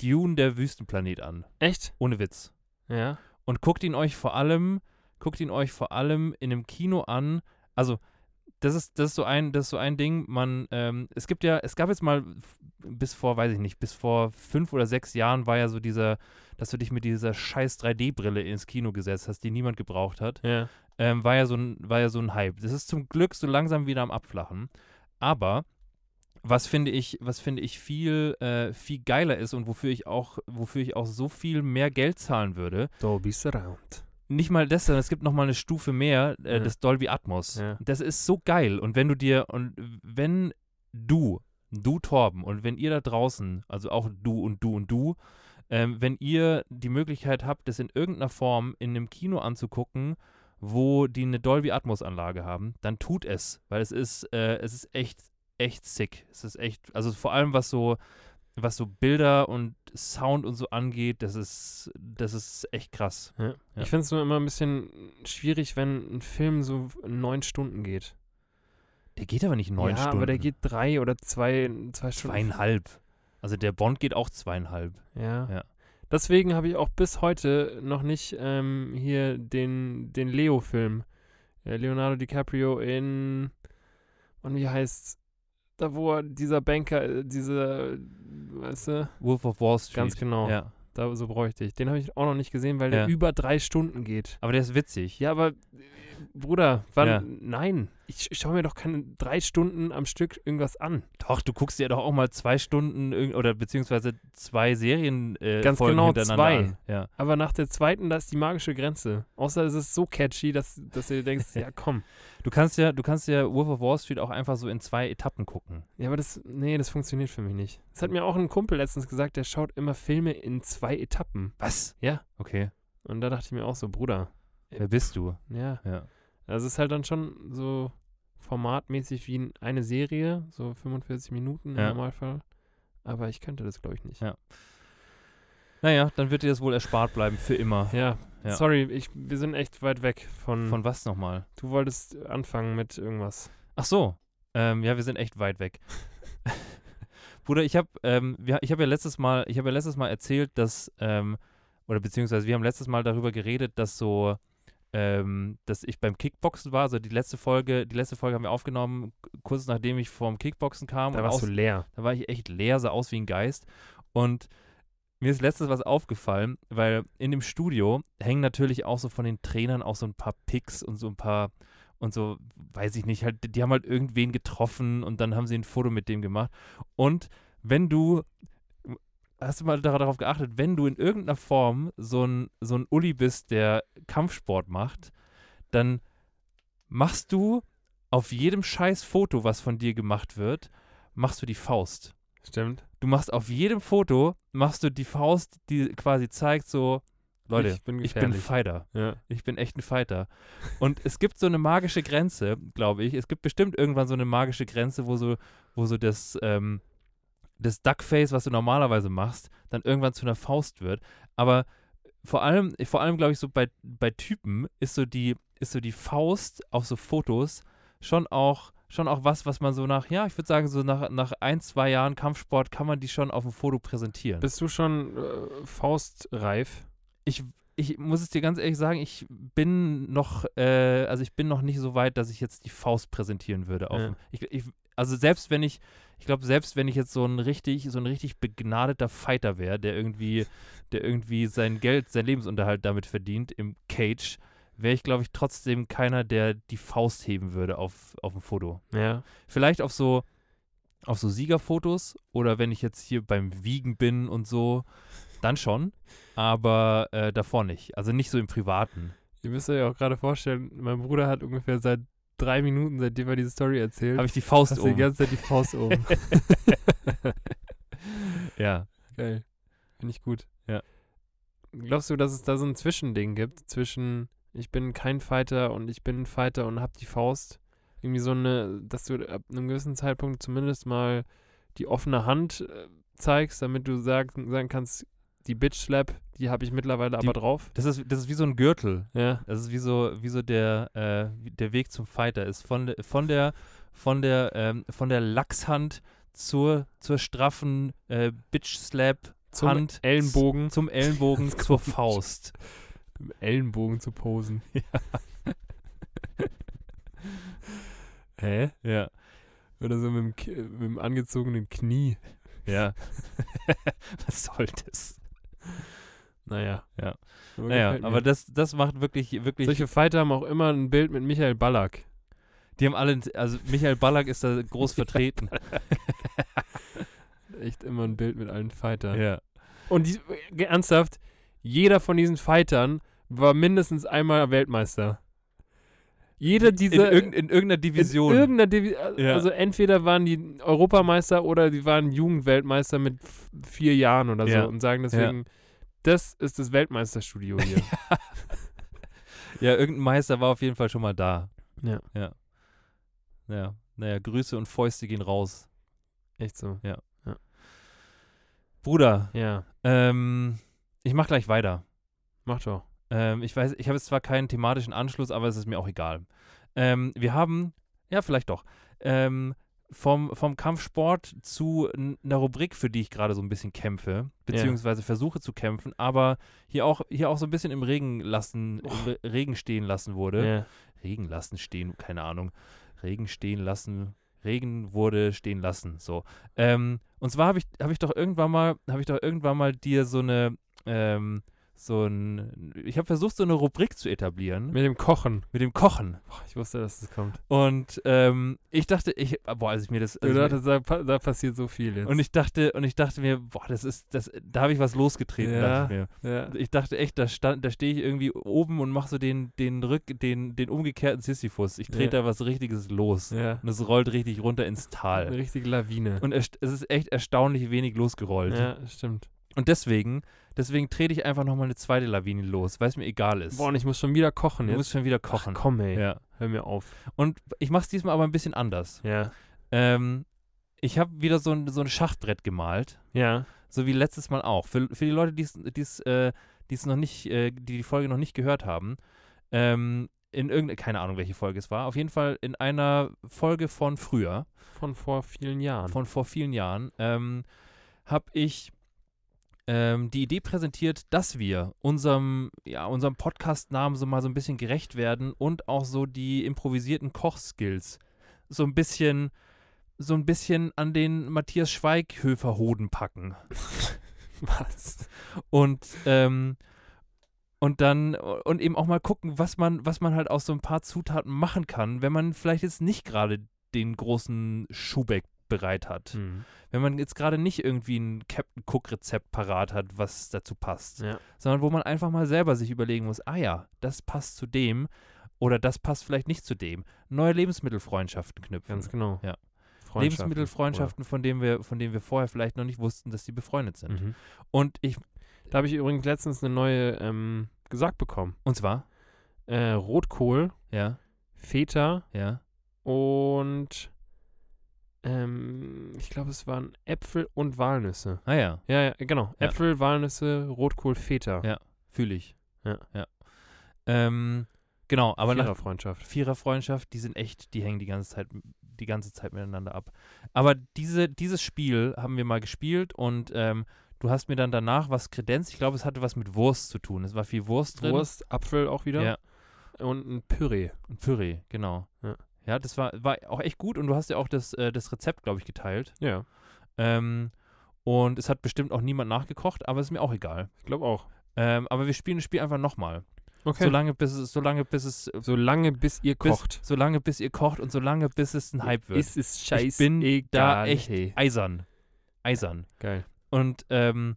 Speaker 2: Dune der Wüstenplanet an.
Speaker 3: Echt?
Speaker 2: Ohne Witz.
Speaker 3: Ja.
Speaker 2: und guckt ihn euch vor allem, guckt ihn euch vor allem in einem Kino an. Also das ist das ist so ein das ist so ein Ding. Man ähm, es gibt ja es gab jetzt mal f- bis vor, weiß ich nicht, bis vor fünf oder sechs Jahren war ja so dieser, dass du dich mit dieser scheiß 3D-Brille ins Kino gesetzt hast, die niemand gebraucht hat.
Speaker 3: Ja.
Speaker 2: Ähm, war, ja so ein, war ja so ein Hype. Das ist zum Glück so langsam wieder am Abflachen. Aber was finde ich, was finde ich viel, äh, viel geiler ist und wofür ich auch, wofür ich auch so viel mehr Geld zahlen würde,
Speaker 3: Dolby Surround.
Speaker 2: nicht mal das, sondern es gibt noch mal eine Stufe mehr, äh,
Speaker 3: Ja.
Speaker 2: das Dolby Atmos.
Speaker 3: Ja.
Speaker 2: Das ist so geil. Und wenn du dir, und wenn du, du Torben, und wenn ihr da draußen, also auch du und du und du, ähm, wenn ihr die Möglichkeit habt, das in irgendeiner Form in einem Kino anzugucken, wo die eine Dolby Atmos Anlage haben, dann tut es, weil es ist, äh, es ist echt, echt sick. Es ist echt, also vor allem was so, was so Bilder und Sound und so angeht, das ist, das ist echt krass.
Speaker 3: Ja.
Speaker 2: Ja.
Speaker 3: Ich finde es nur immer ein bisschen schwierig, wenn ein Film so neun Stunden geht.
Speaker 2: Der geht aber nicht neun
Speaker 3: ja,
Speaker 2: Stunden.
Speaker 3: aber der geht drei oder zwei, zwei Stunden.
Speaker 2: zweieinhalb. Also der Bond geht auch zweieinhalb.
Speaker 3: Ja.
Speaker 2: Ja.
Speaker 3: Deswegen habe ich auch bis heute noch nicht ähm, hier den, den Leo-Film. Äh, Leonardo DiCaprio in. Und wie heißt's? Da, wo er dieser Banker, äh, diese. Weißt du?
Speaker 2: Wolf of Wall Street.
Speaker 3: Ganz genau.
Speaker 2: Ja.
Speaker 3: Da, so bräuchte ich. Den habe ich auch noch nicht gesehen, weil
Speaker 2: Ja.
Speaker 3: der über drei Stunden geht.
Speaker 2: Aber der ist witzig.
Speaker 3: Ja, aber. äh, Bruder, wann,
Speaker 2: Ja.
Speaker 3: nein. Ich schaue mir doch keine drei Stunden am Stück irgendwas an.
Speaker 2: Doch, du guckst dir doch auch mal zwei Stunden irgend- oder beziehungsweise zwei Serien äh,
Speaker 3: Ganz
Speaker 2: Folgen
Speaker 3: genau,
Speaker 2: hintereinander
Speaker 3: zwei.
Speaker 2: an. Ja.
Speaker 3: Aber nach der zweiten, da ist die magische Grenze. Außer es ist so catchy, dass, dass du dir denkst, ja komm.
Speaker 2: Du kannst ja, du kannst ja Wolf of Wall Street auch einfach so in zwei Etappen gucken.
Speaker 3: Ja, aber das, nee, das funktioniert für mich nicht. Das
Speaker 2: Hm.
Speaker 3: hat mir auch ein Kumpel letztens gesagt, der schaut immer Filme in zwei Etappen.
Speaker 2: Was?
Speaker 3: Ja.
Speaker 2: Okay.
Speaker 3: Und da dachte ich mir auch so, Bruder,
Speaker 2: Wer bist du?
Speaker 3: ja.
Speaker 2: Ja.
Speaker 3: Also es ist halt dann schon so formatmäßig wie ein- eine Serie, so 45 Minuten im
Speaker 2: Ja.
Speaker 3: Normalfall. Aber ich könnte das, glaube ich, nicht.
Speaker 2: Ja. Naja, dann wird dir das wohl erspart bleiben für immer.
Speaker 3: Ja,
Speaker 2: Ja.
Speaker 3: sorry, ich, wir sind echt weit weg von,
Speaker 2: Von was nochmal?
Speaker 3: Du wolltest anfangen mit irgendwas.
Speaker 2: Ach so. Ähm, ja, wir sind echt weit weg. Bruder, ich habe ähm, wir- ich hab ja letztes Mal, ich habe ja letztes Mal erzählt, dass ähm, oder beziehungsweise wir haben letztes Mal darüber geredet, dass so ähm, dass ich beim Kickboxen war, also die letzte Folge, die letzte Folge haben wir aufgenommen k- kurz nachdem ich vom Kickboxen kam
Speaker 3: Da
Speaker 2: und
Speaker 3: warst
Speaker 2: aus,
Speaker 3: du leer.
Speaker 2: da war ich echt leer, sah aus wie ein Geist. Und mir ist letztes was aufgefallen, weil in dem Studio hängen natürlich auch so von den Trainern auch so ein paar Picks und so ein paar und so, weiß ich nicht, halt, die haben halt irgendwen getroffen und dann haben sie ein Foto mit dem gemacht. Und wenn du, hast du mal dar- darauf geachtet, wenn du in irgendeiner Form so ein, so ein Uli bist, der Kampfsport macht, dann machst du auf jedem scheiß Foto, was von dir gemacht wird, machst du die Faust.
Speaker 3: Stimmt.
Speaker 2: Du machst auf jedem Foto, machst du die Faust, die quasi zeigt so, Leute,
Speaker 3: ich bin
Speaker 2: ich bin ein
Speaker 3: gefährlich.
Speaker 2: Fighter.
Speaker 3: ja.
Speaker 2: Ich bin echt ein Fighter. Und es gibt so eine magische Grenze, glaube ich. Es gibt bestimmt irgendwann so eine magische Grenze, wo so, wo so das, ähm, das Duckface, was du normalerweise machst, dann irgendwann zu einer Faust wird. Aber vor allem, vor allem glaube ich, so bei, bei Typen ist so die, ist so die Faust auf so Fotos schon auch, schon auch was, was man so nach, ja, ich würde sagen, so nach, nach ein, zwei Jahren Kampfsport kann man die schon auf dem Foto präsentieren.
Speaker 3: Bist du schon äh, faustreif?
Speaker 2: ich, ich muss es dir ganz ehrlich sagen, ich bin noch, äh, also ich bin noch nicht so weit, dass ich jetzt die Faust präsentieren würde. Auf
Speaker 3: Ja.
Speaker 2: dem- ich, ich, also selbst wenn ich, ich glaube, selbst wenn ich jetzt so ein richtig, so ein richtig begnadeter Fighter wäre, der irgendwie, der irgendwie sein Geld, sein Lebensunterhalt damit verdient im Cage, wäre ich, glaube ich, trotzdem keiner, der die Faust heben würde auf, auf dem Foto.
Speaker 3: Ja.
Speaker 2: Vielleicht auf so, auf so Siegerfotos oder wenn ich jetzt hier beim Wiegen bin und so, dann schon. Aber äh, davor nicht. Also nicht so im Privaten.
Speaker 3: Ihr müsst euch auch gerade vorstellen, mein Bruder hat ungefähr seit drei Minuten, seitdem er diese Story erzählt,
Speaker 2: Habe ich die Faust
Speaker 3: hast du
Speaker 2: um.
Speaker 3: die ganze Zeit die Faust oben.
Speaker 2: ja.
Speaker 3: Geil. Finde ich gut.
Speaker 2: Ja.
Speaker 3: Glaubst du, dass es da so ein Zwischending gibt zwischen ich bin kein Fighter und ich bin ein Fighter und hab die Faust? Irgendwie so eine, dass du ab einem gewissen Zeitpunkt zumindest mal die offene Hand äh, zeigst, damit du sagen, sagen kannst, die Bitch-Slap, die habe ich mittlerweile
Speaker 2: Die-
Speaker 3: aber drauf.
Speaker 2: Das ist, das ist wie so ein Gürtel.
Speaker 3: Ja.
Speaker 2: Das ist wie so, wie so der, äh, wie der Weg zum Fighter ist. Von, der- von der, von der, ähm, von der Lachshand zur, zur straffen äh, Bitch-Slap
Speaker 3: Zum
Speaker 2: Hand,
Speaker 3: Ellenbogen.
Speaker 2: zum Ellenbogen zur Faust.
Speaker 3: Im Ellenbogen zu posen. Hä?
Speaker 2: Ja.
Speaker 3: Oder so mit dem, Ki- mit dem angezogenen Knie.
Speaker 2: Ja. Was soll das?
Speaker 3: Naja.
Speaker 2: Ja.
Speaker 3: Aber gefällt
Speaker 2: Naja,
Speaker 3: mir.
Speaker 2: aber das, das macht wirklich, wirklich.
Speaker 3: solche Fighter haben auch immer ein Bild mit Michael Ballack.
Speaker 2: die haben alle, also Michael Ballack ist da groß vertreten.
Speaker 3: Echt immer ein Bild mit allen Fightern.
Speaker 2: ja.
Speaker 3: Und die, äh, ernsthaft, jeder von diesen Fightern war mindestens einmal Weltmeister. Jeder
Speaker 2: In,
Speaker 3: dieser
Speaker 2: irgend, in irgendeiner Division.
Speaker 3: In irgendeiner Divi also
Speaker 2: Ja.
Speaker 3: also entweder waren die Europameister oder die waren Jugendweltmeister mit f- vier Jahren oder so
Speaker 2: Ja.
Speaker 3: und sagen deswegen, das ist das Weltmeisterstudio hier.
Speaker 2: ja, irgendein Meister war auf jeden Fall schon mal da.
Speaker 3: Ja.
Speaker 2: Ja. Naja, naja Grüße und Fäuste gehen raus.
Speaker 3: Echt so.
Speaker 2: Bruder,
Speaker 3: Ja,
Speaker 2: ähm, ich mach gleich weiter.
Speaker 3: mach doch.
Speaker 2: Ähm, ich weiß, ich habe jetzt zwar keinen thematischen Anschluss, aber es ist mir auch egal. Ähm, wir haben, ja, vielleicht doch, ähm, vom, vom Kampfsport zu n- einer Rubrik, für die ich gerade so ein bisschen kämpfe, beziehungsweise versuche zu kämpfen, aber hier auch, hier auch so ein bisschen im Regen lassen, im Re Regen stehen lassen wurde.
Speaker 3: Ja.
Speaker 2: Regen lassen stehen, keine Ahnung. Regen stehen lassen, Regen wurde stehen lassen, so. Ähm, und zwar habe ich, habe ich doch irgendwann mal, habe ich doch irgendwann mal dir so eine, ähm, so ein, ich habe versucht, so eine Rubrik zu etablieren mit,
Speaker 3: Mit dem Kochen.
Speaker 2: mit dem Kochen.
Speaker 3: Boah, ich wusste, dass das kommt. Also
Speaker 2: Und ähm, ich dachte, ich, boah, als ich mir das,
Speaker 3: Du
Speaker 2: als ich mir-
Speaker 3: dachtest, da, pa- da passiert so viel jetzt.
Speaker 2: und ich dachte, und ich dachte mir, boah, das ist, das, da habe ich was losgetreten,
Speaker 3: Ja.
Speaker 2: dachte ich mir. Also
Speaker 3: ja.
Speaker 2: Ich dachte echt, da, stand, da stehe ich irgendwie oben und mache so den, den Rück, den, den umgekehrten Sisyphus. Ich trete
Speaker 3: Ja.
Speaker 2: da was Richtiges los.
Speaker 3: ja.
Speaker 2: Und es rollt richtig runter ins
Speaker 3: Eine
Speaker 2: Tal.
Speaker 3: richtige Lawine.
Speaker 2: Und halt. erst- es ist echt erstaunlich wenig losgerollt.
Speaker 3: Ja, stimmt.
Speaker 2: Und deswegen, deswegen trete ich einfach nochmal eine zweite Lawine los, weil es mir egal ist.
Speaker 3: Boah, und ich muss schon wieder kochen
Speaker 2: du
Speaker 3: jetzt.
Speaker 2: musst schon wieder kochen.
Speaker 3: Ach, komm, ey.
Speaker 2: ja.
Speaker 3: Hör mir auf.
Speaker 2: Und ich mache es diesmal aber ein bisschen anders.
Speaker 3: Ja.
Speaker 2: Ähm, ich habe wieder so ein, so ein Schachbrett gemalt,
Speaker 3: Ja.
Speaker 2: so wie letztes Mal auch. Für, für die Leute, die es- die es, äh, die es noch nicht, äh, die die Folge noch nicht gehört haben, ähm, in irgendeiner, keine Ahnung, welche Folge es war, auf jeden Fall in einer Folge von früher,
Speaker 3: Von vor vielen Jahren.
Speaker 2: von vor vielen Jahren, ähm, habe ich ähm, die Idee präsentiert, dass wir unserem, ja, unserem Podcast-Namen so mal so ein bisschen gerecht werden und auch so die improvisierten Kochskills so ein bisschen, so ein bisschen an den Matthias Schweighöfer Hoden packen.
Speaker 3: was?
Speaker 2: Und, ähm, und dann, und eben auch mal gucken, was man, was man halt aus so ein paar Zutaten machen kann, wenn man vielleicht jetzt nicht gerade den großen Schubeck bereit hat
Speaker 3: Hm.
Speaker 2: wenn man jetzt gerade nicht irgendwie ein Captain Cook Rezept parat hat, was dazu passt,
Speaker 3: Ja.
Speaker 2: sondern wo man einfach mal selber sich überlegen muss, ah ja, das passt zu dem oder das passt vielleicht nicht zu dem. Neue Lebensmittelfreundschaften knüpfen.
Speaker 3: Ganz genau.
Speaker 2: Ja.
Speaker 3: Freundschaften,
Speaker 2: Lebensmittelfreundschaften, von denen wir von denen wir vorher vielleicht noch nicht wussten, dass die befreundet
Speaker 3: oder?
Speaker 2: sind. Und ich
Speaker 3: Da habe ich übrigens letztens eine neue ähm, gesagt bekommen.
Speaker 2: und zwar,
Speaker 3: Äh, Rotkohl,
Speaker 2: ja,
Speaker 3: Feta
Speaker 2: ja,
Speaker 3: und ähm, ich glaube, es waren Äpfel und Walnüsse.
Speaker 2: ah ja,
Speaker 3: Ja, ja genau.
Speaker 2: Ja.
Speaker 3: Äpfel, Walnüsse, Rotkohl, Feta.
Speaker 2: Ja, fühle ich.
Speaker 3: Ja.
Speaker 2: ja. Ähm, genau, aber nach,
Speaker 3: Freundschaft.
Speaker 2: Viererfreundschaft, die sind echt, die hängen die ganze Zeit, die ganze Zeit miteinander ab. Aber diese, dieses Spiel haben wir mal gespielt und ähm, du hast mir dann danach was kredenzt. Ich glaube, es hatte was mit Wurst zu tun. Es war viel Wurst drin.
Speaker 3: Wurst, Apfel auch wieder.
Speaker 2: Ja,
Speaker 3: Und ein Püree.
Speaker 2: und Püree, genau.
Speaker 3: Ja.
Speaker 2: Ja, das war, war auch echt gut und du hast ja auch das, äh, das Rezept, glaube ich, geteilt.
Speaker 3: Ja,
Speaker 2: Ähm, und es hat bestimmt auch niemand nachgekocht, aber ist mir auch egal.
Speaker 3: ich glaube auch.
Speaker 2: Ähm, aber wir spielen das Spiel einfach nochmal.
Speaker 3: Okay.
Speaker 2: Solange bis es, solange bis es äh,
Speaker 3: Solange bis ihr
Speaker 2: bis,
Speaker 3: kocht.
Speaker 2: Solange bis ihr kocht und solange bis es ein Hype wird.
Speaker 3: Ist es scheiße.
Speaker 2: bin da echt-
Speaker 3: Hey.
Speaker 2: Eisern. Eisern.
Speaker 3: Geil.
Speaker 2: Und ähm,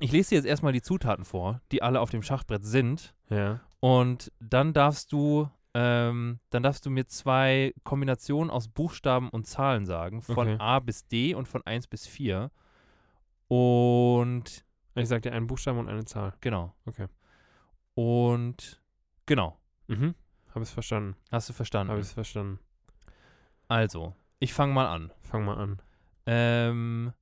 Speaker 2: ich lese dir jetzt erstmal die Zutaten vor, die alle auf dem Schachbrett sind.
Speaker 3: Ja.
Speaker 2: Und dann darfst du, ähm, dann darfst du mir zwei Kombinationen aus Buchstaben und Zahlen sagen, von
Speaker 3: Okay.
Speaker 2: A bis D und von 1 bis 4. Und
Speaker 3: Ich sag dir einen Buchstaben und eine Zahl.
Speaker 2: genau.
Speaker 3: Okay.
Speaker 2: Und genau.
Speaker 3: Mhm. Habe es verstanden.
Speaker 2: Hast du
Speaker 3: Habe
Speaker 2: verstanden?
Speaker 3: ich es verstanden.
Speaker 2: Also, ich fange mal an.
Speaker 3: Fang mal an.
Speaker 2: Ähm,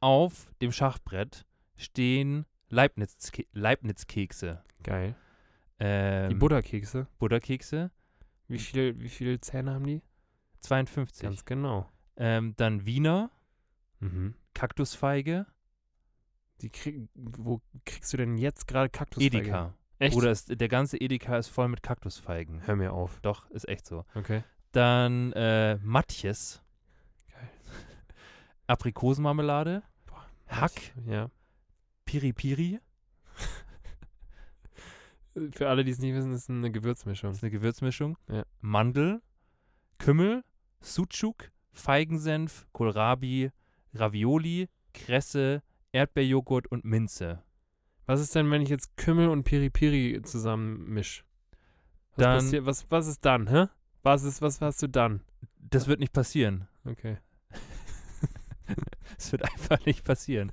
Speaker 2: auf dem Schachbrett stehen Leibniz-Ke- Leibniz-Kekse.
Speaker 3: Geil.
Speaker 2: Ähm,
Speaker 3: die Butterkekse.
Speaker 2: Butterkekse,
Speaker 3: Wie viel, wie viele Zähne haben die?
Speaker 2: 52.
Speaker 3: Ganz genau.
Speaker 2: Ähm, dann Wiener,
Speaker 3: Mhm.
Speaker 2: Kaktusfeige,
Speaker 3: Die krieg, wo kriegst du denn jetzt gerade Kaktus?
Speaker 2: Edeka.
Speaker 3: Echt?
Speaker 2: Oder ist, der ganze Edeka ist voll mit Kaktusfeigen.
Speaker 3: Hör mir auf.
Speaker 2: Doch, ist echt so.
Speaker 3: Okay.
Speaker 2: Dann äh, Matjes.
Speaker 3: Geil.
Speaker 2: Aprikosenmarmelade, Hack,
Speaker 3: Ja.
Speaker 2: Piri Piri.
Speaker 3: Für alle, die es nicht wissen, ist eine Gewürzmischung.
Speaker 2: Das ist eine Gewürzmischung.
Speaker 3: Ja.
Speaker 2: Mandel, Kümmel, Sucuk, Feigensenf, Kohlrabi, Ravioli, Kresse, Erdbeerjoghurt und Minze.
Speaker 3: Was ist denn, wenn ich jetzt Kümmel und Piri-Piri zusammen misch? Was,
Speaker 2: Dann-
Speaker 3: passiert- was, was ist dann, hä? Was, ist, was hast du dann?
Speaker 2: Das wird nicht passieren.
Speaker 3: Okay.
Speaker 2: Das wird einfach nicht passieren.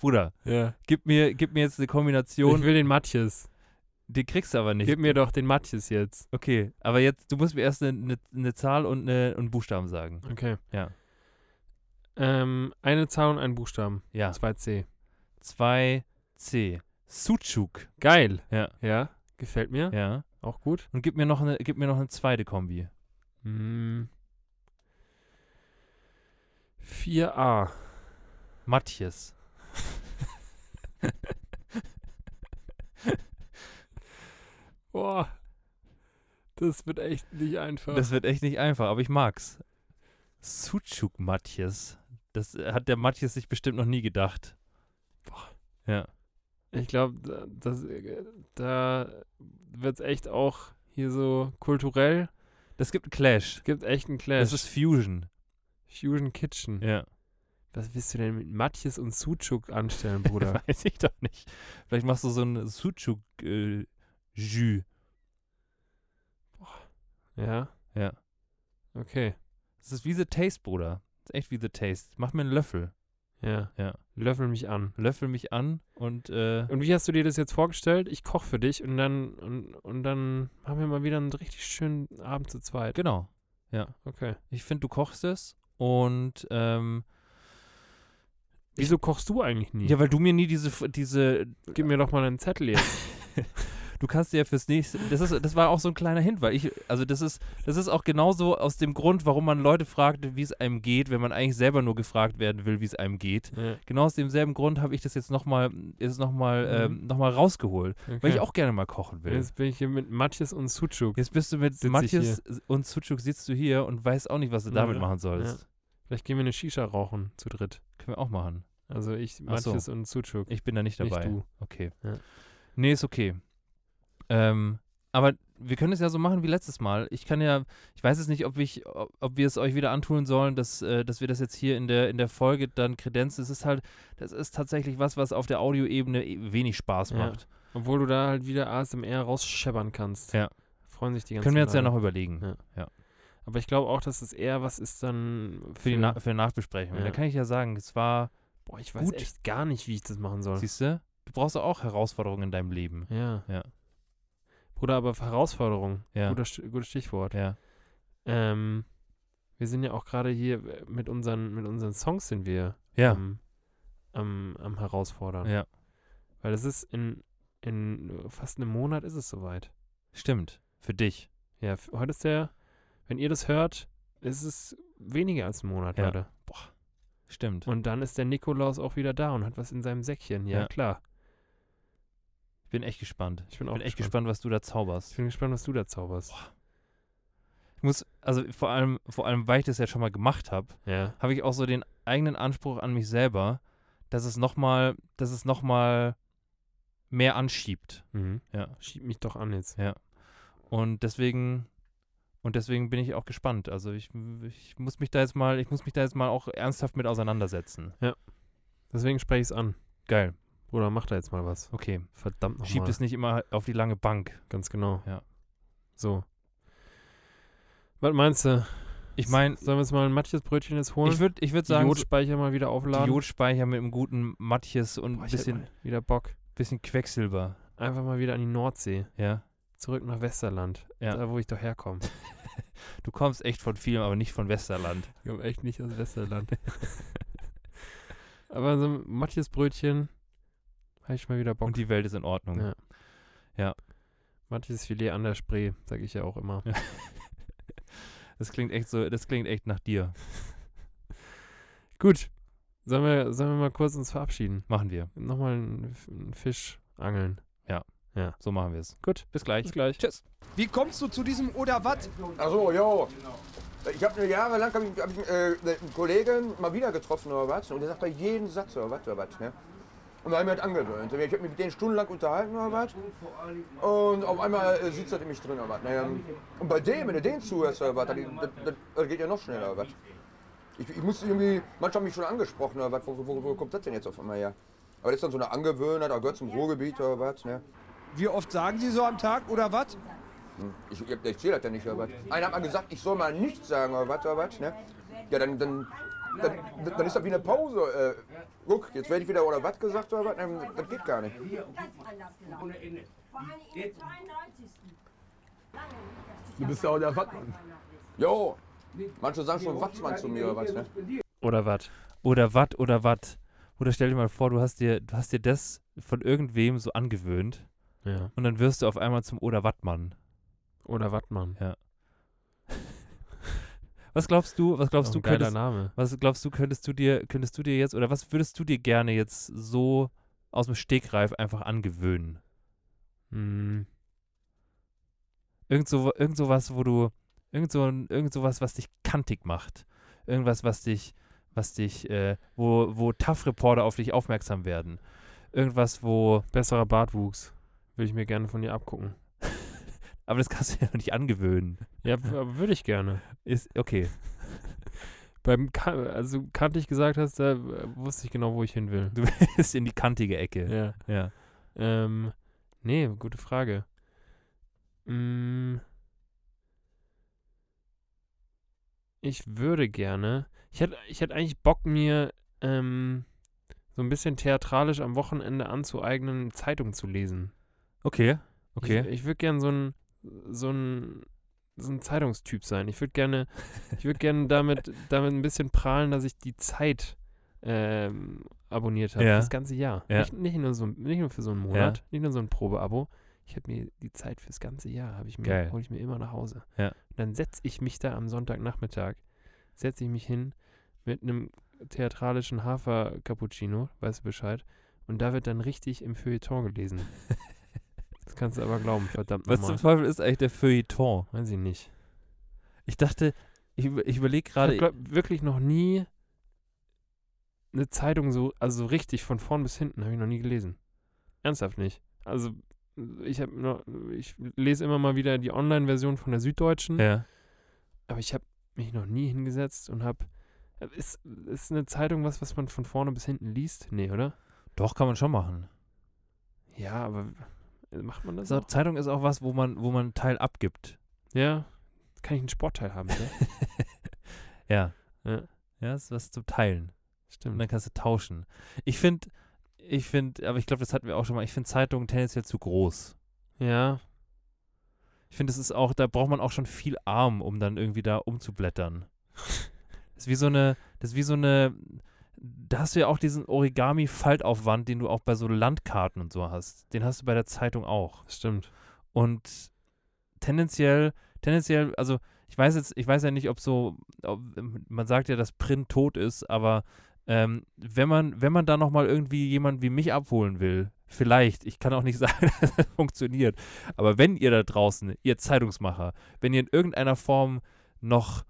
Speaker 2: Bruder,
Speaker 3: Ja.
Speaker 2: gib mir, gib mir jetzt eine
Speaker 3: Ich
Speaker 2: Kombination.
Speaker 3: will den Matjes.
Speaker 2: Die kriegst du aber nicht.
Speaker 3: Gib mir doch den Matjes jetzt.
Speaker 2: Okay, aber jetzt, du musst mir erst eine, eine, eine Zahl und, eine, und einen Buchstaben sagen.
Speaker 3: Okay.
Speaker 2: Ja.
Speaker 3: Ähm, eine Zahl und ein Buchstaben.
Speaker 2: Ja.
Speaker 3: 2C.
Speaker 2: 2C. Sucuk.
Speaker 3: Geil.
Speaker 2: Ja.
Speaker 3: Ja. Gefällt mir.
Speaker 2: Ja.
Speaker 3: Auch gut.
Speaker 2: Und gib mir noch eine, gib mir noch eine zweite Kombi.
Speaker 3: Mm. 4A.
Speaker 2: Matjes.
Speaker 3: Boah. Das wird echt nicht einfach.
Speaker 2: Das wird echt nicht einfach, aber ich mag's. Sucuk Matjes. Das äh, hat der Matjes sich bestimmt noch nie gedacht.
Speaker 3: ich glaube, da, das, äh, da wird es echt auch hier so kulturell.
Speaker 2: Das gibt einen Clash.
Speaker 3: Es gibt echt einen Clash.
Speaker 2: Das ist Fusion.
Speaker 3: Fusion Kitchen.
Speaker 2: Ja.
Speaker 3: Was willst du denn mit Matjes und Suchuk anstellen, Bruder?
Speaker 2: Weiß ich doch nicht. Vielleicht machst du so ein Sucuk äh, Jus.
Speaker 3: ja.
Speaker 2: Ja.
Speaker 3: Okay.
Speaker 2: Das ist wie The Taste, Bruder. Das ist echt wie The Taste. Mach mir einen Löffel.
Speaker 3: Ja.
Speaker 2: Ja.
Speaker 3: Löffel mich an.
Speaker 2: Löffel mich an und äh,
Speaker 3: Und wie hast du dir das jetzt vorgestellt? Ich koche für dich und dann und, und dann haben wir mal wieder einen richtig schönen Abend zu zweit.
Speaker 2: genau.
Speaker 3: Okay.
Speaker 2: Ich finde, du kochst es und ähm,
Speaker 3: Wieso kochst du eigentlich nie?
Speaker 2: ja, weil du mir nie diese F- diese
Speaker 3: Gib mir doch mal einen Zettel jetzt.
Speaker 2: du kannst dir ja fürs nächste das ist das war auch so ein kleiner Hint, weil ich also das ist das ist auch genauso aus dem Grund, warum man Leute fragt, wie es einem geht, wenn man eigentlich selber nur gefragt werden will, wie es einem geht.
Speaker 3: ja,
Speaker 2: Genau aus demselben Grund habe ich das jetzt noch mal ist noch mal ähm, noch mal rausgeholt,
Speaker 3: okay.
Speaker 2: weil ich auch gerne mal kochen will.
Speaker 3: Mhm. Jetzt bin ich hier mit Matjes und Suchuk.
Speaker 2: Jetzt bist du mit
Speaker 3: Sitz ich
Speaker 2: Matthias und Sucuk sitzt du hier und weißt auch nicht, was du
Speaker 3: ne? Ja.
Speaker 2: damit machen sollst.
Speaker 3: Vielleicht gehen wir eine Shisha rauchen zu dritt.
Speaker 2: Können wir auch machen.
Speaker 3: Also ich,
Speaker 2: Ach so.
Speaker 3: Matjes und Suchuk.
Speaker 2: Ich bin da nicht dabei.
Speaker 3: Nicht du.
Speaker 2: Okay.
Speaker 3: Ja.
Speaker 2: Nee, ist okay. Ähm, aber wir können es ja so machen wie letztes Mal. Ich kann ja, ich weiß es nicht, ob ich, ob, ob wir es euch wieder antun sollen, dass, äh, dass wir das jetzt hier in der, in der Folge dann kredenzen. Es ist halt, das ist tatsächlich was, was auf der Audioebene eh wenig Spaß
Speaker 3: Ja.
Speaker 2: macht.
Speaker 3: Obwohl du da halt wieder ASMR rausscheppern kannst.
Speaker 2: Ja.
Speaker 3: Freuen sich die ganzen
Speaker 2: können wir uns ja
Speaker 3: Leute.
Speaker 2: noch überlegen.
Speaker 3: genau. Ja. Aber ich glaube auch, dass es eher was ist dann
Speaker 2: Für die Na für die Nachbesprechung.
Speaker 3: Ja.
Speaker 2: Da kann ich ja sagen, es war,
Speaker 3: Boah, ich weiß
Speaker 2: Gut.
Speaker 3: echt gar nicht, wie ich das machen soll.
Speaker 2: siehst du, du brauchst ja auch Herausforderungen in deinem Leben.
Speaker 3: ja.
Speaker 2: Ja.
Speaker 3: Bruder, aber Herausforderung.
Speaker 2: Ja.
Speaker 3: Guter, St- gutes Stichwort.
Speaker 2: Ja.
Speaker 3: Ähm, wir sind ja auch gerade hier äh, mit unseren, mit unseren Songs sind wir
Speaker 2: Ja.
Speaker 3: am, am, am herausfordern.
Speaker 2: Ja.
Speaker 3: Weil es ist in, in fast einem Monat ist es soweit.
Speaker 2: Stimmt. Für dich.
Speaker 3: Ja, f- heute ist der, wenn ihr das hört, ist es weniger als ein Monat,
Speaker 2: Ja.
Speaker 3: Leute.
Speaker 2: Stimmt.
Speaker 3: Und dann ist der Nikolaus auch wieder da und hat was in seinem Säckchen. Ja,
Speaker 2: Ja.
Speaker 3: klar.
Speaker 2: Ich bin echt gespannt.
Speaker 3: Ich bin
Speaker 2: Ich
Speaker 3: auch
Speaker 2: bin echt gespannt, was du da zauberst.
Speaker 3: Ich bin gespannt, was du da zauberst.
Speaker 2: Ich muss, also vor allem, vor allem, weil ich das ja schon mal gemacht habe,
Speaker 3: Ja.
Speaker 2: habe ich auch so den eigenen Anspruch an mich selber, dass es nochmal, dass es nochmal mehr anschiebt.
Speaker 3: Mhm.
Speaker 2: Ja.
Speaker 3: Schieb mich doch an jetzt.
Speaker 2: Und deswegen, und deswegen bin ich auch gespannt. Also ich, ich muss mich da jetzt mal, ich muss mich da jetzt mal auch ernsthaft mit auseinandersetzen.
Speaker 3: Deswegen spreche ich es an.
Speaker 2: Geil.
Speaker 3: Bruder, mach da jetzt mal was.
Speaker 2: Okay.
Speaker 3: Verdammt nochmal.
Speaker 2: Schiebt es nicht immer auf die lange Bank.
Speaker 3: Ganz genau.
Speaker 2: Ja.
Speaker 3: So. Was meinst du?
Speaker 2: Ich meine,
Speaker 3: Sollen wir jetzt mal ein Matthias Brötchen jetzt holen?
Speaker 2: ich würde ich würd sagen, so
Speaker 3: Idiotspeicher mal wieder aufladen.
Speaker 2: Idiotspeicher mit einem guten Matjes und
Speaker 3: Boah,
Speaker 2: ein
Speaker 3: ich hätte
Speaker 2: bisschen,
Speaker 3: mal wieder Bock.
Speaker 2: bisschen Quecksilber.
Speaker 3: Einfach mal wieder an die Nordsee.
Speaker 2: Ja.
Speaker 3: Zurück nach Westerland.
Speaker 2: Ja.
Speaker 3: Da, wo ich doch herkomme.
Speaker 2: Du kommst echt von vielem, aber nicht von Westerland.
Speaker 3: Ich komme echt nicht aus Westerland. Aber so ein Matthias Brötchen habe ich mal wieder Bock.
Speaker 2: Und die Welt ist in Ordnung.
Speaker 3: Ja.
Speaker 2: Ja.
Speaker 3: Matthias Filet an der Spree, sage ich ja auch immer.
Speaker 2: Das klingt echt so, das klingt echt nach dir.
Speaker 3: Gut. Sollen wir, sollen wir mal kurz uns verabschieden?
Speaker 2: Machen wir.
Speaker 3: Nochmal einen, F- einen Fisch angeln.
Speaker 2: So machen wir es.
Speaker 3: Gut.
Speaker 2: Bis gleich.
Speaker 3: Bis gleich.
Speaker 2: Tschüss.
Speaker 4: Wie kommst du zu diesem oder was?
Speaker 5: Ach so, jo.
Speaker 4: Ich habe jahrelang hab ich, hab ich, äh, einen Kollegen mal wieder getroffen oder was und der sagt bei jedem Satz oder was oder was. Ne? Und da habe ich mir das angewöhnt. Ich habe mich mit denen stundenlang unterhalten oder was. Und auf einmal äh, sitzt das in mich drin oder was. Naja, und bei dem, wenn du den zuhörst oder was, das, das, das, das geht ja noch schneller oder was. Ich, ich muss irgendwie, manche haben mich schon angesprochen oder was, wo, wo, wo kommt das denn jetzt auf einmal her? Aber das ist dann so eine Angewöhnheit, auch gehört zum Ruhrgebiet oder was. Ne?
Speaker 5: Wie oft sagen Sie so am Tag oder was?
Speaker 4: Ich, ich, ich zähle das ja nicht oder was. Einer hat mal gesagt, ich soll mal nichts sagen oder was oder was. Ne? Ja, dann, dann, dann, dann ist das wie eine Pause. Äh, guck, jetzt werde ich wieder oder was gesagt oder was. Nein, das geht gar nicht.
Speaker 5: Du bist ja auch der Wattmann.
Speaker 4: Jo, manche sagen schon Watzmann zu mir oder was. Ne?
Speaker 2: Oder was? Oder was? Oder was? Oder stell dir mal vor, du hast dir, du hast dir das von irgendwem so angewöhnt.
Speaker 3: Ja.
Speaker 2: Und dann wirst du auf einmal zum Oder Wattmann.
Speaker 3: Oder Wattmann.
Speaker 2: Ja. Was glaubst du, was glaubst
Speaker 3: Auch
Speaker 2: du
Speaker 3: ein geiler
Speaker 2: könntest,
Speaker 3: Name.
Speaker 2: was glaubst du, könntest du dir, könntest du dir jetzt, oder was würdest du dir gerne jetzt so aus dem Stegreif einfach angewöhnen?
Speaker 3: Hm.
Speaker 2: Irgend so, irgend sowas, wo du, irgend so, ein- irgend sowas, was dich kantig macht. Irgendwas, was dich, was dich, äh, wo, wo TAF-Reporter auf dich aufmerksam werden. Irgendwas, wo,
Speaker 3: Besserer Bartwuchs. Würde ich mir gerne von dir abgucken.
Speaker 2: aber das kannst du dir noch nicht angewöhnen.
Speaker 3: Ja, w- aber würde ich gerne.
Speaker 2: Ist, okay.
Speaker 3: Beim, Ka- also kantig gesagt hast, da äh, wusste ich genau, wo ich hin will.
Speaker 2: Du bist in die kantige Ecke.
Speaker 3: Ja.
Speaker 2: Ja.
Speaker 3: Ähm, nee, gute Frage. Mm, ich würde gerne. Ich hätte ich hätt eigentlich Bock, mir ähm, so ein bisschen theatralisch am Wochenende anzueignen, Zeitung zu lesen.
Speaker 2: Okay. Okay.
Speaker 3: Ich, äh, ich würde gerne so ein, so ein, so ein Zeitungstyp sein. Ich würde gerne, ich würde gerne damit, damit ein bisschen prahlen, dass ich die Zeit ähm, abonniert habe.
Speaker 2: Ja.
Speaker 3: Das ganze Jahr.
Speaker 2: Ja.
Speaker 3: Nicht, nicht, nur so, nicht nur für so einen Monat, nicht nur so ein Probeabo. Ich habe mir die Zeit fürs ganze Jahr, habe ich mir,
Speaker 2: Geil.
Speaker 3: hole ich mir immer nach Hause.
Speaker 2: Ja.
Speaker 3: Und dann setze ich mich da am Sonntagnachmittag, setze ich mich hin mit einem theatralischen Hafer-Cappuccino, weißt du Bescheid, und da wird dann richtig im Feuilleton gelesen. Das kannst du aber glauben, verdammt
Speaker 2: Was
Speaker 3: nochmal.
Speaker 2: zum Teufel ist eigentlich der Feuilleton?
Speaker 3: Weiß ich nicht.
Speaker 2: Ich dachte, ich, über- ich überlege
Speaker 3: Ich habe
Speaker 2: gerade.
Speaker 3: glaub, wirklich noch nie eine Zeitung so, also so richtig von vorn bis hinten, habe ich noch nie gelesen. Ernsthaft nicht. Also ich habe noch, ich lese immer mal wieder die Online-Version von der Süddeutschen,
Speaker 2: Ja.
Speaker 3: aber ich habe mich noch nie hingesetzt und habe ist, ist eine Zeitung was, was man von vorne bis hinten liest? Nee, oder?
Speaker 2: Doch, kann man schon machen.
Speaker 3: Ja, aber äh, macht man das?
Speaker 2: So,
Speaker 3: auch?
Speaker 2: Zeitung ist auch was, wo man, wo man einen Teil abgibt.
Speaker 3: Ja. Kann ich einen Sportteil haben, ne?
Speaker 2: Ja.
Speaker 3: Ja.
Speaker 2: Ja, ist was zum Teilen. Und
Speaker 3: Stimmt.
Speaker 2: dann kannst du tauschen. Ich finde, ich finde, aber ich glaube, das hatten wir auch schon mal, ich finde Zeitungen tendenziell zu groß.
Speaker 3: Ja,
Speaker 2: Ich finde, es ist auch, da braucht man auch schon viel Arm, um dann irgendwie da umzublättern. das ist wie so eine, das ist wie so eine, da hast du ja auch diesen Origami-Faltaufwand, den du auch bei so Landkarten und so hast. Den hast du bei der Zeitung auch.
Speaker 3: stimmt.
Speaker 2: Und tendenziell, tendenziell, also ich weiß jetzt, ich weiß ja nicht, ob so, ob, ähm, man sagt ja, dass Print tot ist, aber ähm, wenn man, wenn man da nochmal irgendwie jemanden wie mich abholen will, vielleicht, ich kann auch nicht sagen, dass das funktioniert, aber wenn ihr da draußen, ihr Zeitungsmacher, wenn ihr in irgendeiner Form noch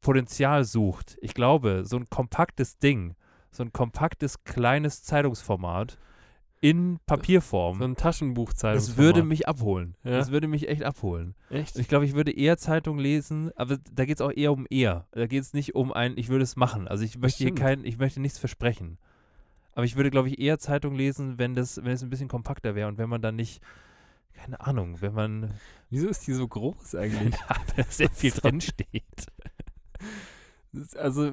Speaker 2: Potenzial sucht, ich glaube, so ein kompaktes Ding, so ein kompaktes, kleines Zeitungsformat in Papierform.
Speaker 3: So ein Taschenbuchzeitung.
Speaker 2: Das würde mich abholen.
Speaker 3: Ja?
Speaker 2: Das würde mich echt abholen.
Speaker 3: Echt?
Speaker 2: Ich glaube, ich würde eher Zeitung lesen, aber da geht es auch eher um eher. Da geht es nicht um ein, ich würde es machen. Also ich möchte hier
Speaker 3: Stimmt.
Speaker 2: kein, ich möchte nichts versprechen. Aber ich würde, glaube ich, eher Zeitung lesen, wenn das, wenn es ein bisschen kompakter wäre und wenn man dann nicht, keine Ahnung, wenn man
Speaker 3: Wieso ist die so groß eigentlich?
Speaker 2: wenn sehr viel drinsteht.
Speaker 3: Das ist- Also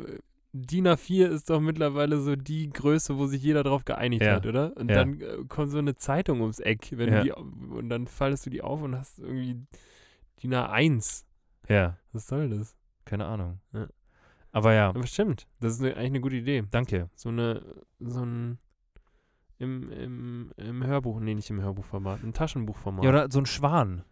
Speaker 3: DIN A4 ist doch mittlerweile so die Größe, wo sich jeder drauf geeinigt
Speaker 2: Ja.
Speaker 3: hat, oder? Und
Speaker 2: Ja.
Speaker 3: dann äh, kommt so eine Zeitung ums Eck, wenn
Speaker 2: Ja.
Speaker 3: du die, au- und dann faltest du die auf und hast irgendwie DIN A1.
Speaker 2: Ja,
Speaker 3: Was soll das?
Speaker 2: keine Ahnung.
Speaker 3: Ja.
Speaker 2: Aber ja,
Speaker 3: Aber stimmt, das ist eine, eigentlich eine gute Idee.
Speaker 2: danke.
Speaker 3: So eine, so ein im, im, im Hörbuch, nee, nicht im Hörbuchformat, im Taschenbuchformat.
Speaker 2: Ja, oder so ein Schwan.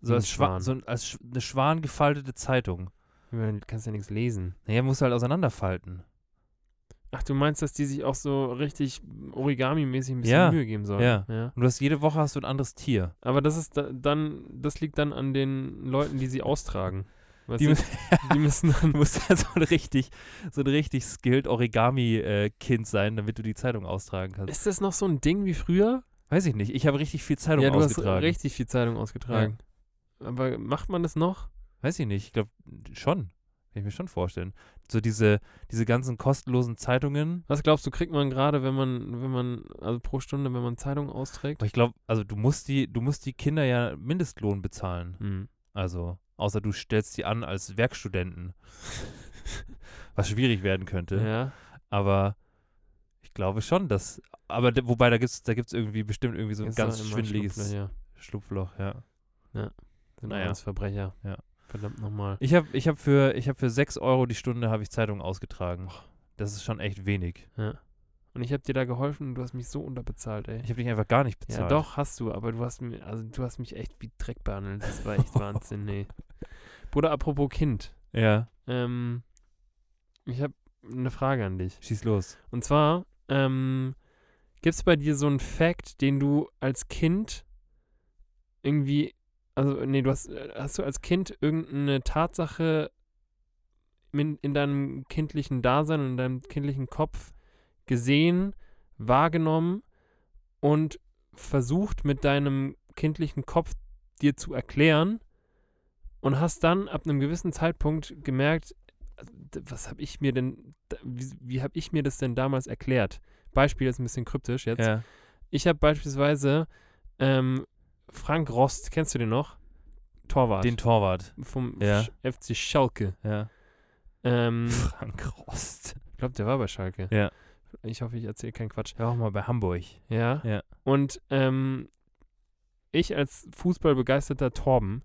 Speaker 2: So
Speaker 3: Ein
Speaker 2: als, Schwa
Speaker 3: Schwan.
Speaker 2: So ein, als Sch- eine Schwan gefaltete Zeitung.
Speaker 3: Du kannst ja nichts lesen.
Speaker 2: Naja, musst du halt auseinanderfalten.
Speaker 3: Ach, du meinst, dass die sich auch so richtig Origami-mäßig ein bisschen
Speaker 2: Ja.
Speaker 3: Mühe geben sollen?
Speaker 2: Ja.
Speaker 3: ja.
Speaker 2: Und du hast jede Woche hast du ein anderes Tier.
Speaker 3: Aber das ist da, dann, das liegt dann an den Leuten, die sie austragen. Weißt
Speaker 2: Die
Speaker 3: du,
Speaker 2: müssen,
Speaker 3: die müssen dann.
Speaker 2: du musst ja so ein richtig, so ein richtig skilled Origami-Kind sein, damit du die Zeitung austragen kannst.
Speaker 3: Ist das noch so ein Ding wie früher?
Speaker 2: Weiß ich nicht. Ich habe richtig viel Zeitung
Speaker 3: ja, du hast
Speaker 2: ausgetragen.
Speaker 3: richtig viel Zeitung ausgetragen. Aber macht man das noch?
Speaker 2: Weiß ich nicht. Ich glaube schon. Kann ich mir schon vorstellen. So diese, diese ganzen kostenlosen Zeitungen.
Speaker 3: Was glaubst du, kriegt man gerade, wenn man, wenn man, also pro Stunde, wenn man Zeitung austrägt?
Speaker 2: Aber ich glaube, also du musst die, du musst die Kinder ja Mindestlohn bezahlen.
Speaker 3: Hm.
Speaker 2: Also, außer du stellst die an als Werkstudenten. was schwierig werden könnte.
Speaker 3: Ja.
Speaker 2: Aber ich glaube schon, dass. Aber d- wobei, da gibt es da gibt's irgendwie bestimmt irgendwie so ein
Speaker 3: Ist doch
Speaker 2: ganz
Speaker 3: immer
Speaker 2: schwindeliges
Speaker 3: Schlupfloch, Ja.
Speaker 2: Schlupfloch, ja.
Speaker 3: Sind
Speaker 2: Naja.
Speaker 3: alles Verbrecher.
Speaker 2: Ja.
Speaker 3: Verdammt nochmal.
Speaker 2: Ich habe ich hab für, ich hab für 6 Euro die Stunde habe ich Zeitung ausgetragen. Das ist schon echt wenig.
Speaker 3: Und ich habe dir da geholfen und du hast mich so unterbezahlt, ey.
Speaker 2: Ich habe dich einfach gar nicht bezahlt.
Speaker 3: Ja, doch, hast du, aber du hast mir, also du hast mich echt wie Dreck behandelt. Das war echt Wahnsinn, nee. Bruder, apropos Kind.
Speaker 2: Ja,
Speaker 3: Ähm, ich habe eine Frage an dich.
Speaker 2: schieß los.
Speaker 3: Und zwar, ähm, gibt es bei dir so einen Fact, den du als Kind irgendwie, also nee, du hast, äh, hast du als Kind irgendeine Tatsache in, in deinem kindlichen Dasein und in deinem kindlichen Kopf gesehen, wahrgenommen und versucht mit deinem kindlichen Kopf dir zu erklären und hast dann ab einem gewissen Zeitpunkt gemerkt, also, d- was habe ich mir denn, d- wie, wie habe ich mir das denn damals erklärt? Beispiel ist ein bisschen kryptisch jetzt.
Speaker 2: Ja.
Speaker 3: Ich habe beispielsweise ähm, Frank Rost, kennst du den noch? Torwart
Speaker 2: Den Torwart.
Speaker 3: vom
Speaker 2: Ja.
Speaker 3: Sch- FC Schalke.
Speaker 2: Ja.
Speaker 3: Ähm,
Speaker 2: Frank Rost.
Speaker 3: ich glaube, der war bei Schalke.
Speaker 2: Ja.
Speaker 3: Ich hoffe, ich erzähle keinen Quatsch.
Speaker 2: Der war auch mal bei Hamburg.
Speaker 3: Ja.
Speaker 2: Ja.
Speaker 3: Und ähm, ich als fußballbegeisterter Torben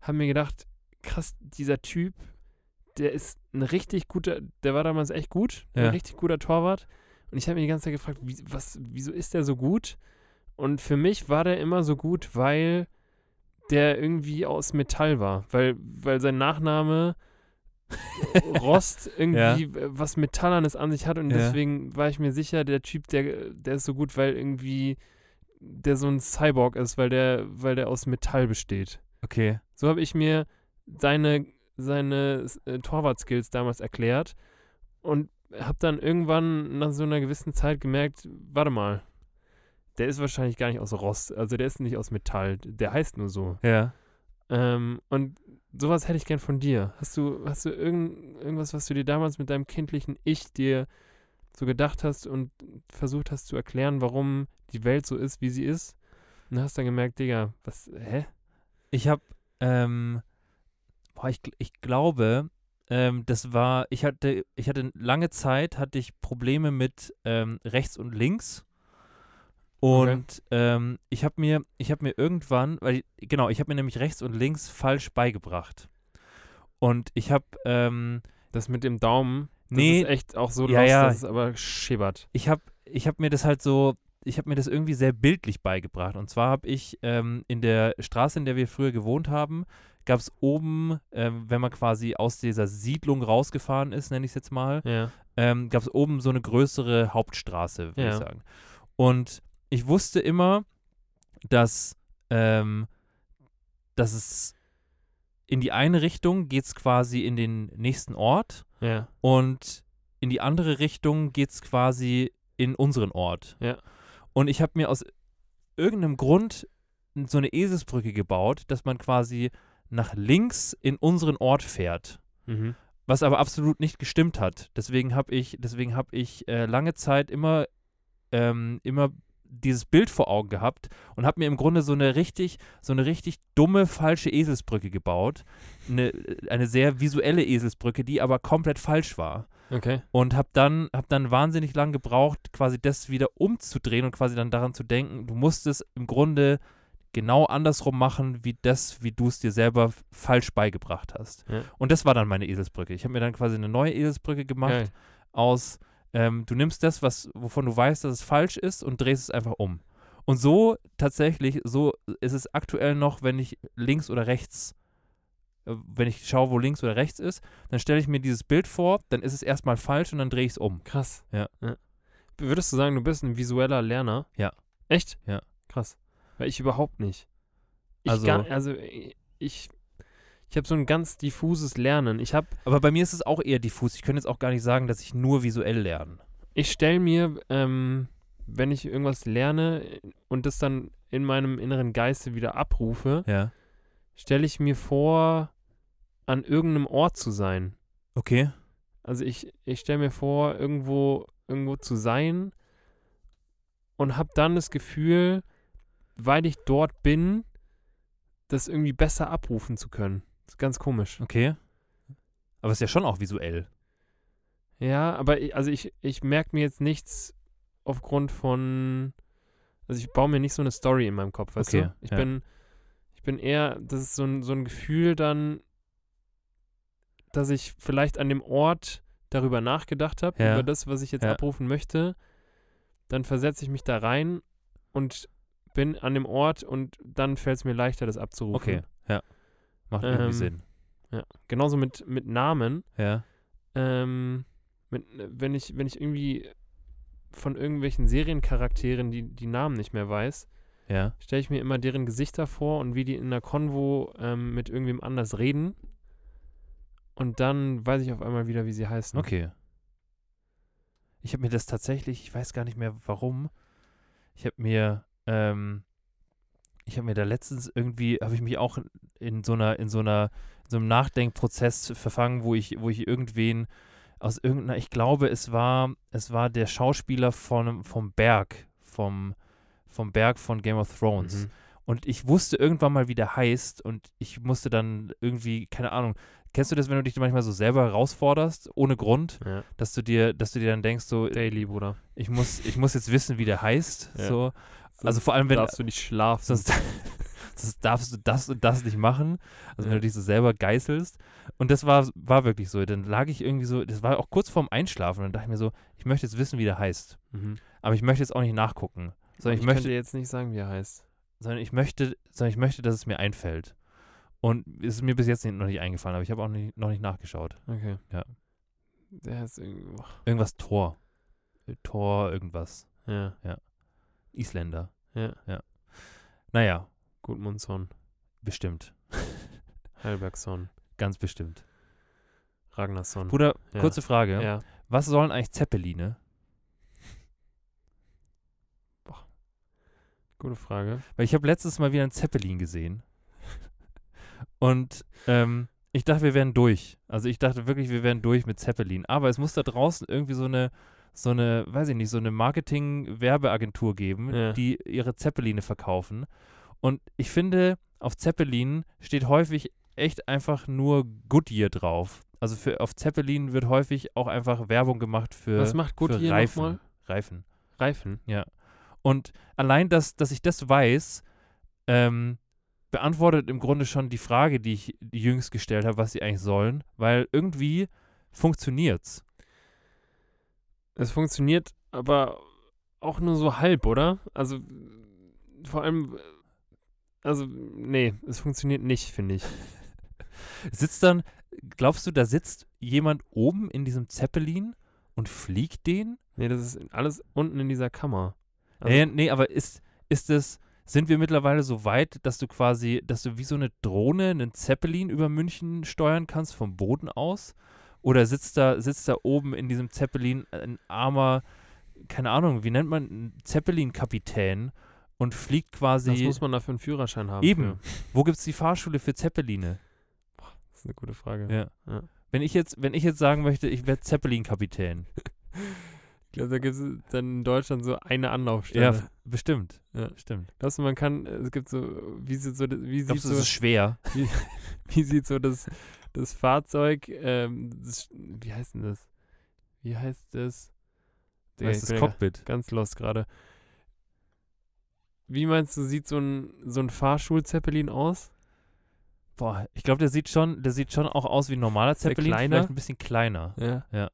Speaker 3: habe mir gedacht, krass, dieser Typ, der ist ein richtig guter, der war damals echt gut,
Speaker 2: Ja.
Speaker 3: ein richtig guter Torwart. Und ich habe mir die ganze Zeit gefragt, wie, was, wieso ist der so gut? Und für mich war der immer so gut, weil der irgendwie aus Metall war, weil, weil sein Nachname Rost irgendwie äh, was Metallernes an sich hat und
Speaker 2: Ja.
Speaker 3: deswegen war ich mir sicher, der Typ, der, der ist so gut, weil irgendwie der so ein Cyborg ist, weil der, weil der aus Metall besteht.
Speaker 2: Okay.
Speaker 3: So habe ich mir seine, seine äh, Torwart-Skills damals erklärt und habe dann irgendwann nach so einer gewissen Zeit gemerkt, warte mal, der ist wahrscheinlich gar nicht aus Rost, also der ist nicht aus Metall, der heißt nur so.
Speaker 2: Ja.
Speaker 3: Ähm, und sowas hätte ich gern von dir. Hast du, hast du irgend, irgendwas, was du dir damals mit deinem kindlichen Ich dir so gedacht hast und versucht hast zu erklären, warum die Welt so ist, wie sie ist? Und hast dann gemerkt, Digga, was, hä?
Speaker 2: Ich habe, ähm, boah, ich, gl- ich glaube, ähm, das war, ich hatte, ich hatte lange Zeit, hatte ich Probleme mit ähm, rechts und links. Und
Speaker 3: Okay.
Speaker 2: ähm, ich habe mir, ich habe mir irgendwann, weil ich, genau, ich habe mir nämlich rechts und links falsch beigebracht. Und ich habe, ähm,
Speaker 3: Das mit dem Daumen, das
Speaker 2: nee,
Speaker 3: ist echt auch so
Speaker 2: Ja,
Speaker 3: los,
Speaker 2: ja.
Speaker 3: dass es aber schibbert.
Speaker 2: ich habe ich hab mir das halt so, ich habe mir das irgendwie sehr bildlich beigebracht. Und zwar habe ich ähm, in der Straße, in der wir früher gewohnt haben, gab es oben, ähm, wenn man quasi aus dieser Siedlung rausgefahren ist, nenne ich es jetzt mal,
Speaker 3: Ja.
Speaker 2: ähm, gab es oben so eine größere Hauptstraße, würde
Speaker 3: Ja.
Speaker 2: ich sagen. Und ich wusste immer, dass, ähm, dass es in die eine Richtung geht es quasi in den nächsten Ort
Speaker 3: Ja.
Speaker 2: und in die andere Richtung geht es quasi in unseren Ort.
Speaker 3: Ja.
Speaker 2: Und ich habe mir aus irgendeinem Grund so eine Eselsbrücke gebaut, dass man quasi nach links in unseren Ort fährt,
Speaker 3: Mhm.
Speaker 2: was aber absolut nicht gestimmt hat. Deswegen habe ich, deswegen habe ich äh, lange Zeit immer, ähm, immer dieses Bild vor Augen gehabt und habe mir im Grunde so eine richtig, so eine richtig dumme falsche Eselsbrücke gebaut, eine, eine sehr visuelle Eselsbrücke, die aber komplett falsch war
Speaker 3: Okay.
Speaker 2: und habe dann hab dann wahnsinnig lang gebraucht, quasi das wieder umzudrehen und quasi dann daran zu denken, du musst es im Grunde genau andersrum machen, wie das, wie du es dir selber f- falsch beigebracht hast.
Speaker 3: Ja.
Speaker 2: Und das war dann meine Eselsbrücke. Ich habe mir dann quasi eine neue Eselsbrücke gemacht
Speaker 3: Geil.
Speaker 2: aus, ähm, du nimmst das, was, wovon du weißt, dass es falsch ist und drehst es einfach um. Und so tatsächlich, so ist es aktuell noch, wenn ich links oder rechts, äh, wenn ich schaue, wo links oder rechts ist, dann stelle ich mir dieses Bild vor, dann ist es erstmal falsch und dann drehe ich es um.
Speaker 3: Krass.
Speaker 2: Ja.
Speaker 3: Würdest du sagen, du bist ein visueller Lerner?
Speaker 2: Ja.
Speaker 3: Echt?
Speaker 2: Ja.
Speaker 3: Krass. Weil ich überhaupt nicht. Ich
Speaker 2: Also-
Speaker 3: also, gar, also ich, ich Ich habe so ein ganz diffuses Lernen. Ich habe,
Speaker 2: Aber bei mir ist es auch eher diffus. Ich könnte jetzt auch gar nicht sagen, dass ich nur visuell lerne.
Speaker 3: ich stelle mir, ähm, wenn ich irgendwas lerne und das dann in meinem inneren Geiste wieder abrufe,
Speaker 2: Ja.
Speaker 3: stelle ich mir vor, an irgendeinem Ort zu sein.
Speaker 2: Okay.
Speaker 3: Also ich, ich stelle mir vor, irgendwo, irgendwo zu sein und habe dann das Gefühl, weil ich dort bin, das irgendwie besser abrufen zu können. Das ist ganz komisch.
Speaker 2: Okay. Aber es ist ja schon auch visuell.
Speaker 3: Ja, aber ich, also ich, ich merke mir jetzt nichts aufgrund von, also ich baue mir nicht so eine Story in meinem Kopf, weißt
Speaker 2: Okay,
Speaker 3: du? Ich
Speaker 2: ja.
Speaker 3: bin, ich bin eher, das ist so ein, so ein Gefühl dann, dass ich vielleicht an dem Ort darüber nachgedacht habe,
Speaker 2: Ja.
Speaker 3: über das, was ich jetzt
Speaker 2: Ja.
Speaker 3: abrufen möchte, dann versetze ich mich da rein und bin an dem Ort und dann fällt es mir leichter, das abzurufen.
Speaker 2: Okay. Ja. Macht irgendwie
Speaker 3: Ähm,
Speaker 2: Sinn.
Speaker 3: Genauso mit, mit Namen.
Speaker 2: Ja.
Speaker 3: ähm, mit, wenn ich, wenn ich irgendwie von irgendwelchen Seriencharakteren die, die Namen nicht mehr weiß,
Speaker 2: Ja.
Speaker 3: stelle ich mir immer deren Gesichter vor und wie die in einer Konvo ähm, mit irgendwem anders reden. Und dann weiß ich auf einmal wieder, wie sie heißen.
Speaker 2: Hm. Okay. Ich habe mir das tatsächlich, ich weiß gar nicht mehr warum. Ich habe mir, ähm, ich habe mir da letztens irgendwie, habe ich mich auch in, in so einer, in so einer, in so einem Nachdenkprozess verfangen, wo ich, wo ich irgendwen aus irgendeiner, ich glaube, es war, es war der Schauspieler von, vom Berg, vom, vom Berg von Game of Thrones.
Speaker 3: Mhm.
Speaker 2: Und ich wusste irgendwann mal, wie der heißt. Und ich musste dann irgendwie, keine Ahnung, kennst du das, wenn du dich manchmal so selber herausforderst, ohne Grund,
Speaker 3: Ja.
Speaker 2: dass du dir, dass du dir dann denkst, so,
Speaker 3: Daily, Bruder.
Speaker 2: ich muss, ich muss jetzt wissen, wie der heißt.
Speaker 3: Ja.
Speaker 2: So. Also vor allem, wenn,
Speaker 3: darfst du nicht schlafen.
Speaker 2: sonst, sonst darfst du das und das nicht machen. Also wenn du dich so selber geißelst. Und das war, war wirklich so. Dann lag ich irgendwie so, das war auch kurz vorm Einschlafen. Und dann dachte ich mir so, ich möchte jetzt wissen, wie der heißt.
Speaker 3: mhm.
Speaker 2: Aber ich möchte jetzt auch nicht nachgucken. Sondern
Speaker 3: ich
Speaker 2: ich
Speaker 3: möchte
Speaker 2: möchte
Speaker 3: könnte jetzt nicht sagen, wie er heißt.
Speaker 2: sondern ich möchte, sondern ich möchte, dass es mir einfällt. Und es ist mir bis jetzt nicht- noch nicht eingefallen, aber ich habe auch nicht, noch nicht nachgeschaut.
Speaker 3: Okay.
Speaker 2: Ja.
Speaker 3: Der ist irgendwie. boah,
Speaker 2: Irgendwas Tor. Äh, Tor, irgendwas.
Speaker 3: Ja,
Speaker 2: Isländer.
Speaker 3: Ja.
Speaker 2: ja. Naja,
Speaker 3: Gudmundsson,
Speaker 2: bestimmt.
Speaker 3: Heilbergsson,
Speaker 2: Ganz bestimmt.
Speaker 3: Ragnarsson.
Speaker 2: Bruder,
Speaker 3: Hm. Ja.
Speaker 2: kurze Frage.
Speaker 3: Ja.
Speaker 2: Was sollen eigentlich Zeppeline?
Speaker 3: Gute Frage.
Speaker 2: Weil ich habe letztes Mal wieder einen Zeppelin gesehen. Und ähm, ich dachte, wir wären durch. Also ich dachte wirklich, wir wären durch mit Zeppelin. Aber es muss da draußen irgendwie so eine, so eine, weiß ich nicht, so eine Marketing-Werbeagentur geben,
Speaker 3: Ja.
Speaker 2: die ihre Zeppeline verkaufen. Und ich finde, auf Zeppelin steht häufig echt einfach nur Goodyear drauf. Also für, auf Zeppelin wird häufig auch einfach Werbung gemacht für,
Speaker 3: Was macht
Speaker 2: für
Speaker 3: Goodyear
Speaker 2: Reifen.
Speaker 3: nochmal?
Speaker 2: Reifen.
Speaker 3: Reifen.
Speaker 2: Und allein, dass, dass ich das weiß, ähm, beantwortet im Grunde schon die Frage, die ich jüngst gestellt habe, was sie eigentlich sollen, weil irgendwie funktioniert's.
Speaker 3: Es funktioniert aber auch nur so halb, oder? Also äh, vor allem, äh, also nee, es funktioniert nicht, finde ich.
Speaker 2: Sitzt dann, glaubst du, da sitzt jemand oben in diesem Zeppelin und fliegt den?
Speaker 3: Nee, das ist alles unten in dieser Kammer. Also-
Speaker 2: Nee, nee, aber ist, ist es, sind wir mittlerweile so weit, dass du quasi, dass du wie so eine Drohne einen Zeppelin über München steuern kannst vom Boden aus? Oder sitzt da, sitzt da oben in diesem Zeppelin ein armer, keine Ahnung, wie nennt man einen Zeppelin-Kapitän und fliegt
Speaker 3: Was
Speaker 2: quasi.
Speaker 3: muss man dafür einen Führerschein haben?
Speaker 2: Eben.
Speaker 3: Für?
Speaker 2: Wo gibt's die Fahrschule für Zeppeline?
Speaker 3: Das ist eine gute Frage.
Speaker 2: Ja.
Speaker 3: Ja.
Speaker 2: Wenn ich jetzt, wenn ich jetzt sagen möchte, ich werde Zeppelin-Kapitän.
Speaker 3: Ich glaube, da gibt es dann in Deutschland so eine Anlaufstelle.
Speaker 2: Ja, f- bestimmt.
Speaker 3: Ja.
Speaker 2: Stimmt.
Speaker 3: Glaubst du, man kann, es gibt so, wie sieht so, wie sieht
Speaker 2: Glaubst du,
Speaker 3: so,
Speaker 2: das ist schwer?
Speaker 3: wie sieht so das, das Fahrzeug, ähm, das, wie heißt denn das? Wie heißt das? Digga,
Speaker 2: Weißt
Speaker 3: ich
Speaker 2: du,
Speaker 3: bin
Speaker 2: das
Speaker 3: ja-
Speaker 2: Cockpit?
Speaker 3: ganz lost gerade. Wie meinst du, sieht so ein, so ein Fahrschulzeppelin aus?
Speaker 2: Boah, ich glaube, der sieht schon, der sieht schon auch aus wie ein normaler
Speaker 3: der
Speaker 2: Zeppelin,
Speaker 3: kleiner?
Speaker 2: vielleicht ein bisschen kleiner.
Speaker 3: Ja.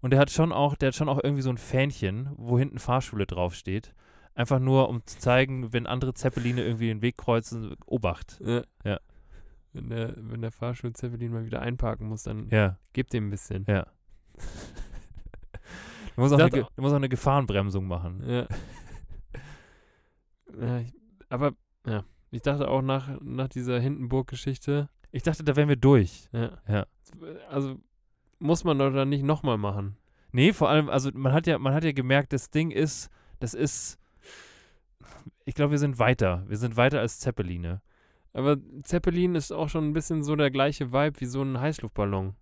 Speaker 2: Und der hat schon auch, der hat schon auch irgendwie so ein Fähnchen, wo hinten Fahrschule draufsteht. Einfach nur, um zu zeigen, wenn andere Zeppeline irgendwie den Weg kreuzen, Obacht.
Speaker 3: ja.
Speaker 2: Ja.
Speaker 3: Wenn der, wenn der Fahrschulzeppelin mal wieder einparken muss, dann
Speaker 2: Ja,
Speaker 3: gib dem ein bisschen.
Speaker 2: ja. Du musst auch, eine,
Speaker 3: Ich dachte
Speaker 2: Ge- du musst auch eine Gefahrenbremsung machen.
Speaker 3: Ja. ja ich, aber, ja. Ich dachte auch nach, nach dieser Hindenburg-Geschichte,
Speaker 2: Ich dachte, da wären wir durch.
Speaker 3: Ja.
Speaker 2: Ja.
Speaker 3: Also muss man doch dann nicht nochmal machen.
Speaker 2: Nee, vor allem, also man hat ja, man hat ja gemerkt, das Ding ist, das ist. Ich glaube, wir sind weiter. Wir sind weiter als Zeppeline.
Speaker 3: Aber Zeppelin ist auch schon ein bisschen so der gleiche Vibe wie so ein Heißluftballon.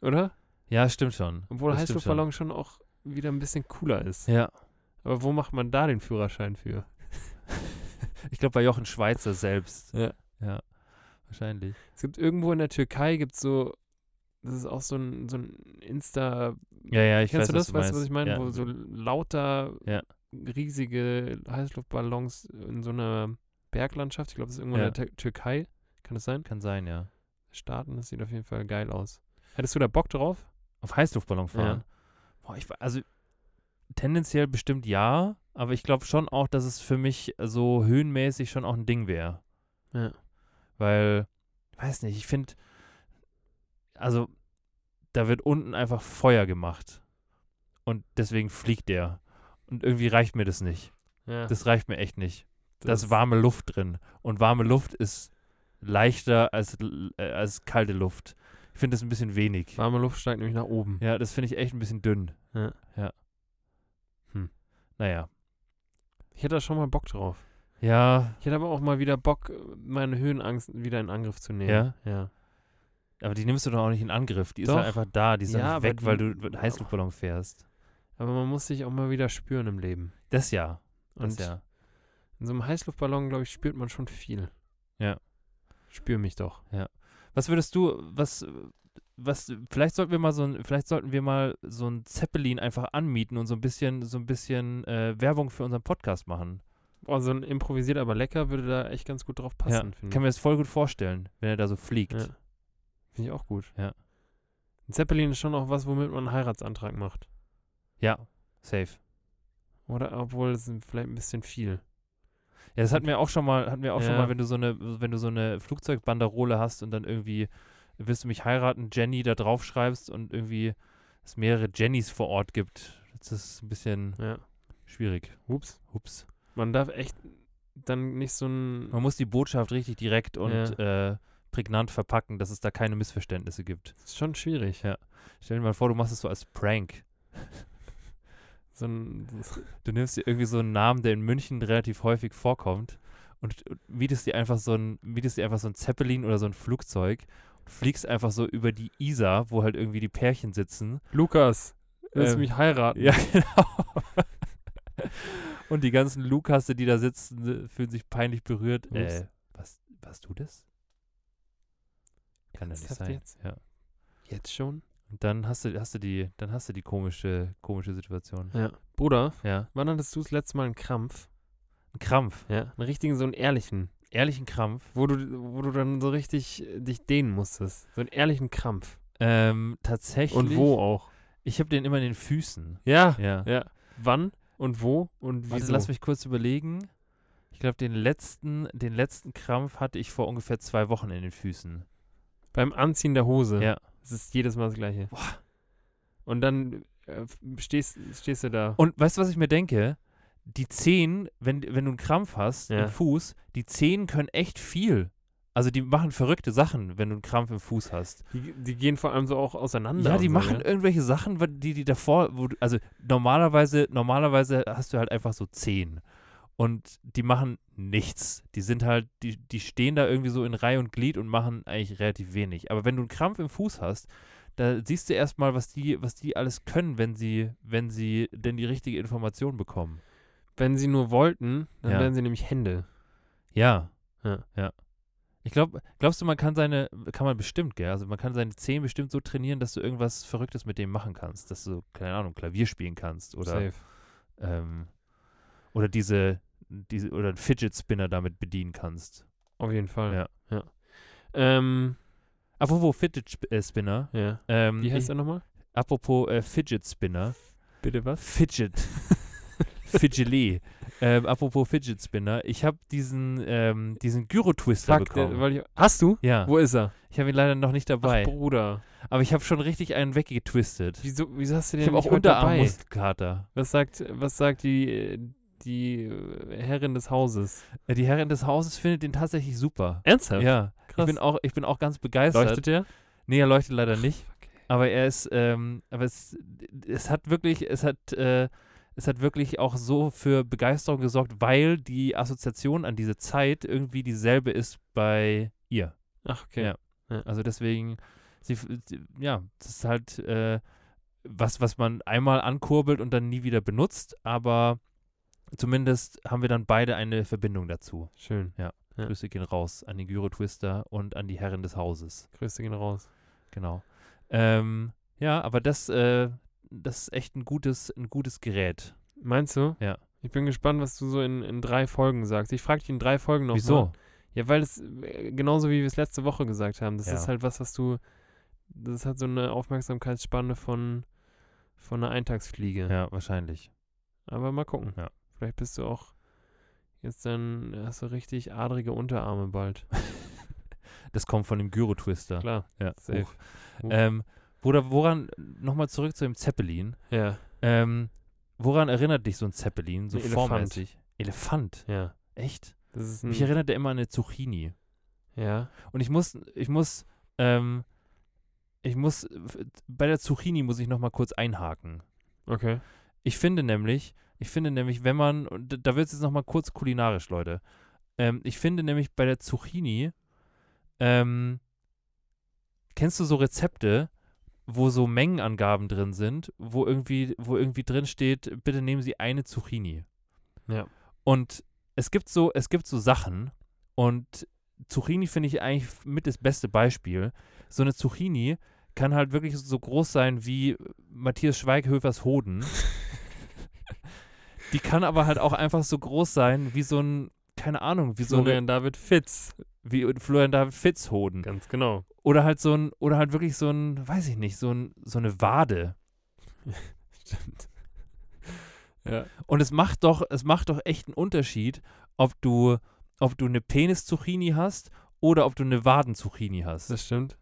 Speaker 3: Oder?
Speaker 2: Ja, stimmt schon.
Speaker 3: Obwohl
Speaker 2: Das stimmt
Speaker 3: Heißluftballon schon. auch wieder ein bisschen cooler ist.
Speaker 2: schon. Ja.
Speaker 3: Aber wo macht man da den Führerschein für?
Speaker 2: Ich glaube, bei Jochen Schweizer selbst.
Speaker 3: Ja.
Speaker 2: Ja. Wahrscheinlich.
Speaker 3: Es gibt irgendwo in der Türkei gibt so, das ist auch so ein, so ein Insta,
Speaker 2: Ja, ja, ich weiß,
Speaker 3: kennst du das?
Speaker 2: was du
Speaker 3: weißt du,
Speaker 2: meinst.
Speaker 3: was ich meine?
Speaker 2: Ja.
Speaker 3: Wo so lauter
Speaker 2: Ja.
Speaker 3: riesige Heißluftballons in so einer Berglandschaft, ich glaube, das ist irgendwo
Speaker 2: Ja.
Speaker 3: in der Tür- Türkei, kann das sein?
Speaker 2: Kann sein, ja.
Speaker 3: Starten, das sieht auf jeden Fall geil aus. Hättest du da Bock drauf?
Speaker 2: Auf Heißluftballon fahren? Boah, ich, wa- also tendenziell bestimmt ja, aber ich glaube schon auch, dass es für mich so höhenmäßig schon auch ein Ding wäre.
Speaker 3: Ja.
Speaker 2: Weil, weiß nicht, ich finde, also da wird unten einfach Feuer gemacht. Und deswegen fliegt der. Und irgendwie reicht mir das nicht.
Speaker 3: Ja.
Speaker 2: Das reicht mir echt nicht. Da ist
Speaker 3: das-
Speaker 2: warme Luft drin. Und warme Luft ist leichter als, l- äh, als kalte Luft. Ich finde das ein bisschen wenig.
Speaker 3: Warme Luft steigt nämlich nach oben.
Speaker 2: Ja, das finde ich echt ein bisschen dünn.
Speaker 3: Ja.
Speaker 2: Ja. Hm. Naja.
Speaker 3: Ich hätte da schon mal Bock drauf.
Speaker 2: Ja,
Speaker 3: Ich hätte aber auch mal wieder Bock, meine Höhenangst wieder in Angriff zu nehmen.
Speaker 2: Ja?
Speaker 3: Ja.
Speaker 2: aber die nimmst du doch auch nicht in Angriff. Die ist
Speaker 3: Doch.
Speaker 2: halt einfach da. Die ist
Speaker 3: Ja,
Speaker 2: ja, nicht
Speaker 3: aber
Speaker 2: weg, weil du
Speaker 3: die-
Speaker 2: mit einem Heißluftballon fährst.
Speaker 3: Aber man muss sich auch mal wieder spüren im Leben.
Speaker 2: Das ja. Das
Speaker 3: Und
Speaker 2: ja.
Speaker 3: in so einem Heißluftballon, glaube ich, spürt man schon viel.
Speaker 2: Ja.
Speaker 3: Spür mich doch.
Speaker 2: Was würdest du, was, was, vielleicht sollten wir mal so ein, vielleicht sollten wir mal so ein Zeppelin einfach anmieten und so ein bisschen, so ein bisschen äh, Werbung für unseren Podcast machen.
Speaker 3: Boah, Oh, so ein improvisiert aber lecker würde da echt ganz gut drauf passen,
Speaker 2: ja. Kann mir das voll gut vorstellen, wenn er da so fliegt.
Speaker 3: Ja. Finde ich auch gut.
Speaker 2: Ja.
Speaker 3: Ein Zeppelin ist schon auch was, womit man einen Heiratsantrag macht.
Speaker 2: Ja, safe.
Speaker 3: Oder obwohl es ist vielleicht ein bisschen viel.
Speaker 2: Ja, das hatten wir auch schon mal, hatten wir auch schon
Speaker 3: Ja.
Speaker 2: mal, wenn du so eine, wenn du so eine Flugzeugbanderole hast und dann irgendwie willst du mich heiraten, Jenny da drauf schreibst und irgendwie es mehrere Jennys vor Ort gibt. Das ist ein bisschen
Speaker 3: Ja.
Speaker 2: schwierig.
Speaker 3: Ups.
Speaker 2: Ups.
Speaker 3: Man darf echt dann nicht so ein.
Speaker 2: Man muss die Botschaft richtig direkt und äh, prägnant verpacken, dass es da keine Missverständnisse gibt.
Speaker 3: Ist schon schwierig.
Speaker 2: Stell dir mal vor, du machst es so als Prank.
Speaker 3: So ein,
Speaker 2: Du nimmst dir irgendwie so einen Namen, der in München relativ häufig vorkommt und, und mietest dir einfach so ein, mietest dir einfach so ein Zeppelin oder so ein Flugzeug und fliegst einfach so über die Isar, wo halt irgendwie die Pärchen sitzen.
Speaker 3: Lukas, willst
Speaker 2: Ähm,
Speaker 3: du mich heiraten?
Speaker 2: Ja, genau. und die ganzen Lukasse, die da sitzen, äh, fühlen sich peinlich berührt.
Speaker 3: Ups.
Speaker 2: Äh, was, warst du das? Kann ja nicht
Speaker 3: Ernsthaft
Speaker 2: sein.
Speaker 3: jetzt?
Speaker 2: Ja.
Speaker 3: Jetzt schon?
Speaker 2: Und dann hast du, hast du die, dann hast du die komische, komische Situation.
Speaker 3: Ja. Bruder,
Speaker 2: Ja.
Speaker 3: wann hattest du das letzte Mal einen Krampf?
Speaker 2: Ein Krampf.
Speaker 3: Ja. Einen richtigen, so einen ehrlichen.
Speaker 2: Ehrlichen Krampf.
Speaker 3: Wo du, wo du dann so richtig äh, dich dehnen musstest. So einen ehrlichen Krampf.
Speaker 2: Ähm, tatsächlich.
Speaker 3: Und wo auch.
Speaker 2: Ich habe den immer in den Füßen.
Speaker 3: Ja.
Speaker 2: Ja.
Speaker 3: Ja. Wann und wo und wieso?
Speaker 2: Warte, lass mich kurz überlegen. Ich glaube, den letzten, den letzten Krampf hatte ich vor ungefähr zwei Wochen in den Füßen.
Speaker 3: Beim Anziehen der Hose.
Speaker 2: Ja.
Speaker 3: Es ist jedes Mal das Gleiche. Und dann äh, stehst, stehst du da.
Speaker 2: Und weißt du, was ich mir denke? Die Zehen, wenn, wenn du einen Krampf hast
Speaker 3: Ja.
Speaker 2: im Fuß, die Zehen können echt viel. Also die machen verrückte Sachen, wenn du einen Krampf im Fuß hast.
Speaker 3: Die, die gehen vor allem so auch auseinander.
Speaker 2: Ja,
Speaker 3: und
Speaker 2: die
Speaker 3: so, ne?
Speaker 2: machen
Speaker 3: Hm, ja?
Speaker 2: irgendwelche Sachen, wa- die die davor, wo du, also normalerweise, normalerweise hast du halt einfach so zehn und die machen nichts. Die sind halt, die, die stehen da irgendwie so in Reihe und Glied und machen eigentlich relativ wenig. Aber wenn du einen Krampf im Fuß hast, da siehst du erstmal, was die, was die alles können, wenn sie, wenn sie denn die richtige Information bekommen.
Speaker 3: Wenn sie nur wollten, dann
Speaker 2: Ja.
Speaker 3: wären sie nämlich Hände.
Speaker 2: Ja.
Speaker 3: Ja.
Speaker 2: Ich glaube, glaubst du, man kann seine, kann man bestimmt, gell? Also man kann seine Zehen bestimmt so trainieren, dass du irgendwas Verrücktes mit dem machen kannst, dass du, keine Ahnung, Klavier spielen kannst oder,
Speaker 3: Safe.
Speaker 2: ähm, oder diese, diese, oder einen Fidget Spinner damit bedienen kannst.
Speaker 3: Auf jeden Fall.
Speaker 2: Ja.
Speaker 3: ja. Ähm,
Speaker 2: Apropos Fidget Sp äh, Spinner,
Speaker 3: ja.
Speaker 2: ähm,
Speaker 3: Wie heißt
Speaker 2: ich,
Speaker 3: er nochmal?
Speaker 2: apropos äh, Fidget Spinner,
Speaker 3: Bitte was?
Speaker 2: Fidget. Fidgelee. Ähm, apropos Fidget Spinner, ich habe diesen, ähm, diesen Gyro-Twister
Speaker 3: Fuck, der,
Speaker 2: bekommen.
Speaker 3: weil ich, hast du?
Speaker 2: ja,
Speaker 3: Wo ist er?
Speaker 2: ich habe ihn leider noch nicht dabei.
Speaker 3: Ach, Bruder.
Speaker 2: Aber ich habe schon richtig einen weggetwistet.
Speaker 3: Wieso, wieso hast du den
Speaker 2: Ich habe
Speaker 3: nicht
Speaker 2: auch
Speaker 3: heute dabei?
Speaker 2: Unterarmmuskelkater.
Speaker 3: Was sagt, was sagt die, äh, die äh, Herrin des Hauses.
Speaker 2: Äh, Die Herrin des Hauses findet den tatsächlich super.
Speaker 3: Ernsthaft?
Speaker 2: Ja, ich
Speaker 3: krass.
Speaker 2: bin, auch, ich bin auch ganz begeistert.
Speaker 3: Leuchtet der?
Speaker 2: Nee, er leuchtet leider nicht. Aber er ist, ähm, aber es, es hat wirklich, es hat, äh, es hat wirklich auch so für Begeisterung gesorgt, weil die Assoziation an diese Zeit irgendwie dieselbe ist bei ihr.
Speaker 3: Ach, okay.
Speaker 2: Ja. Also deswegen, sie, f- sie- ja, das ist halt äh, was, was man einmal ankurbelt und dann nie wieder benutzt, aber zumindest haben wir dann beide eine Verbindung dazu.
Speaker 3: Schön. Ja.
Speaker 2: Grüße gehen raus an den Gyro-Twister und an die Herren des Hauses.
Speaker 3: Grüße gehen raus.
Speaker 2: Genau. Ähm, ja, aber das, äh, das ist echt ein gutes, ein gutes Gerät.
Speaker 3: Meinst du?
Speaker 2: Ja.
Speaker 3: Ich bin gespannt, was du so in, in drei Folgen sagst. Ich frage dich in drei Folgen noch Mal.
Speaker 2: Wieso?
Speaker 3: Ja, weil es, äh, genauso wie wir es letzte Woche gesagt haben, das
Speaker 2: Ja.
Speaker 3: ist halt was, was du, das hat so eine Aufmerksamkeitsspanne von, von einer Eintagsfliege.
Speaker 2: Ja, wahrscheinlich.
Speaker 3: Aber mal gucken.
Speaker 2: Ja.
Speaker 3: Vielleicht bist du auch jetzt dann, hast du richtig adrige Unterarme bald.
Speaker 2: Das kommt von dem Gyro-Twister.
Speaker 3: Klar.
Speaker 2: Ja.
Speaker 3: safe.
Speaker 2: Huch.
Speaker 3: Huch.
Speaker 2: Ähm, Bruder, woran, nochmal zurück zu dem Zeppelin.
Speaker 3: Ja,
Speaker 2: Ähm, woran erinnert dich so ein Zeppelin, so
Speaker 3: Ein Elefant.
Speaker 2: formmäßig? Elefant.
Speaker 3: ja.
Speaker 2: Echt?
Speaker 3: Das ist
Speaker 2: Mich
Speaker 3: ein,
Speaker 2: erinnert er immer an eine Zucchini.
Speaker 3: ja.
Speaker 2: Und ich muss, ich muss, ähm, ich muss, f- bei der Zucchini muss ich nochmal kurz einhaken.
Speaker 3: Okay.
Speaker 2: Ich finde nämlich, ich finde nämlich, wenn man, und d- da wird es jetzt nochmal kurz kulinarisch, Leute. Ähm, ich finde nämlich bei der Zucchini, ähm, kennst du so Rezepte, wo so Mengenangaben drin sind, wo irgendwie, wo irgendwie drin steht, bitte nehmen Sie eine Zucchini.
Speaker 3: Ja.
Speaker 2: Und es gibt so, es gibt so Sachen und Zucchini finde ich eigentlich mit das beste Beispiel. So eine Zucchini kann halt wirklich so groß sein wie Matthias Schweighöfers Hoden. Die kann aber halt auch einfach so groß sein wie so ein, keine Ahnung, wie so eine,
Speaker 3: Florian David Fitz.
Speaker 2: wie Florian David Fitz Hoden.
Speaker 3: Ganz genau.
Speaker 2: Oder halt so ein, oder halt wirklich so ein, weiß ich nicht, so ein, so eine Wade.
Speaker 3: Stimmt. Ja.
Speaker 2: Und es macht doch, es macht doch echt einen Unterschied, ob du, ob du eine Penis-Zucchini hast oder ob du eine Waden-Zucchini hast.
Speaker 3: Das stimmt.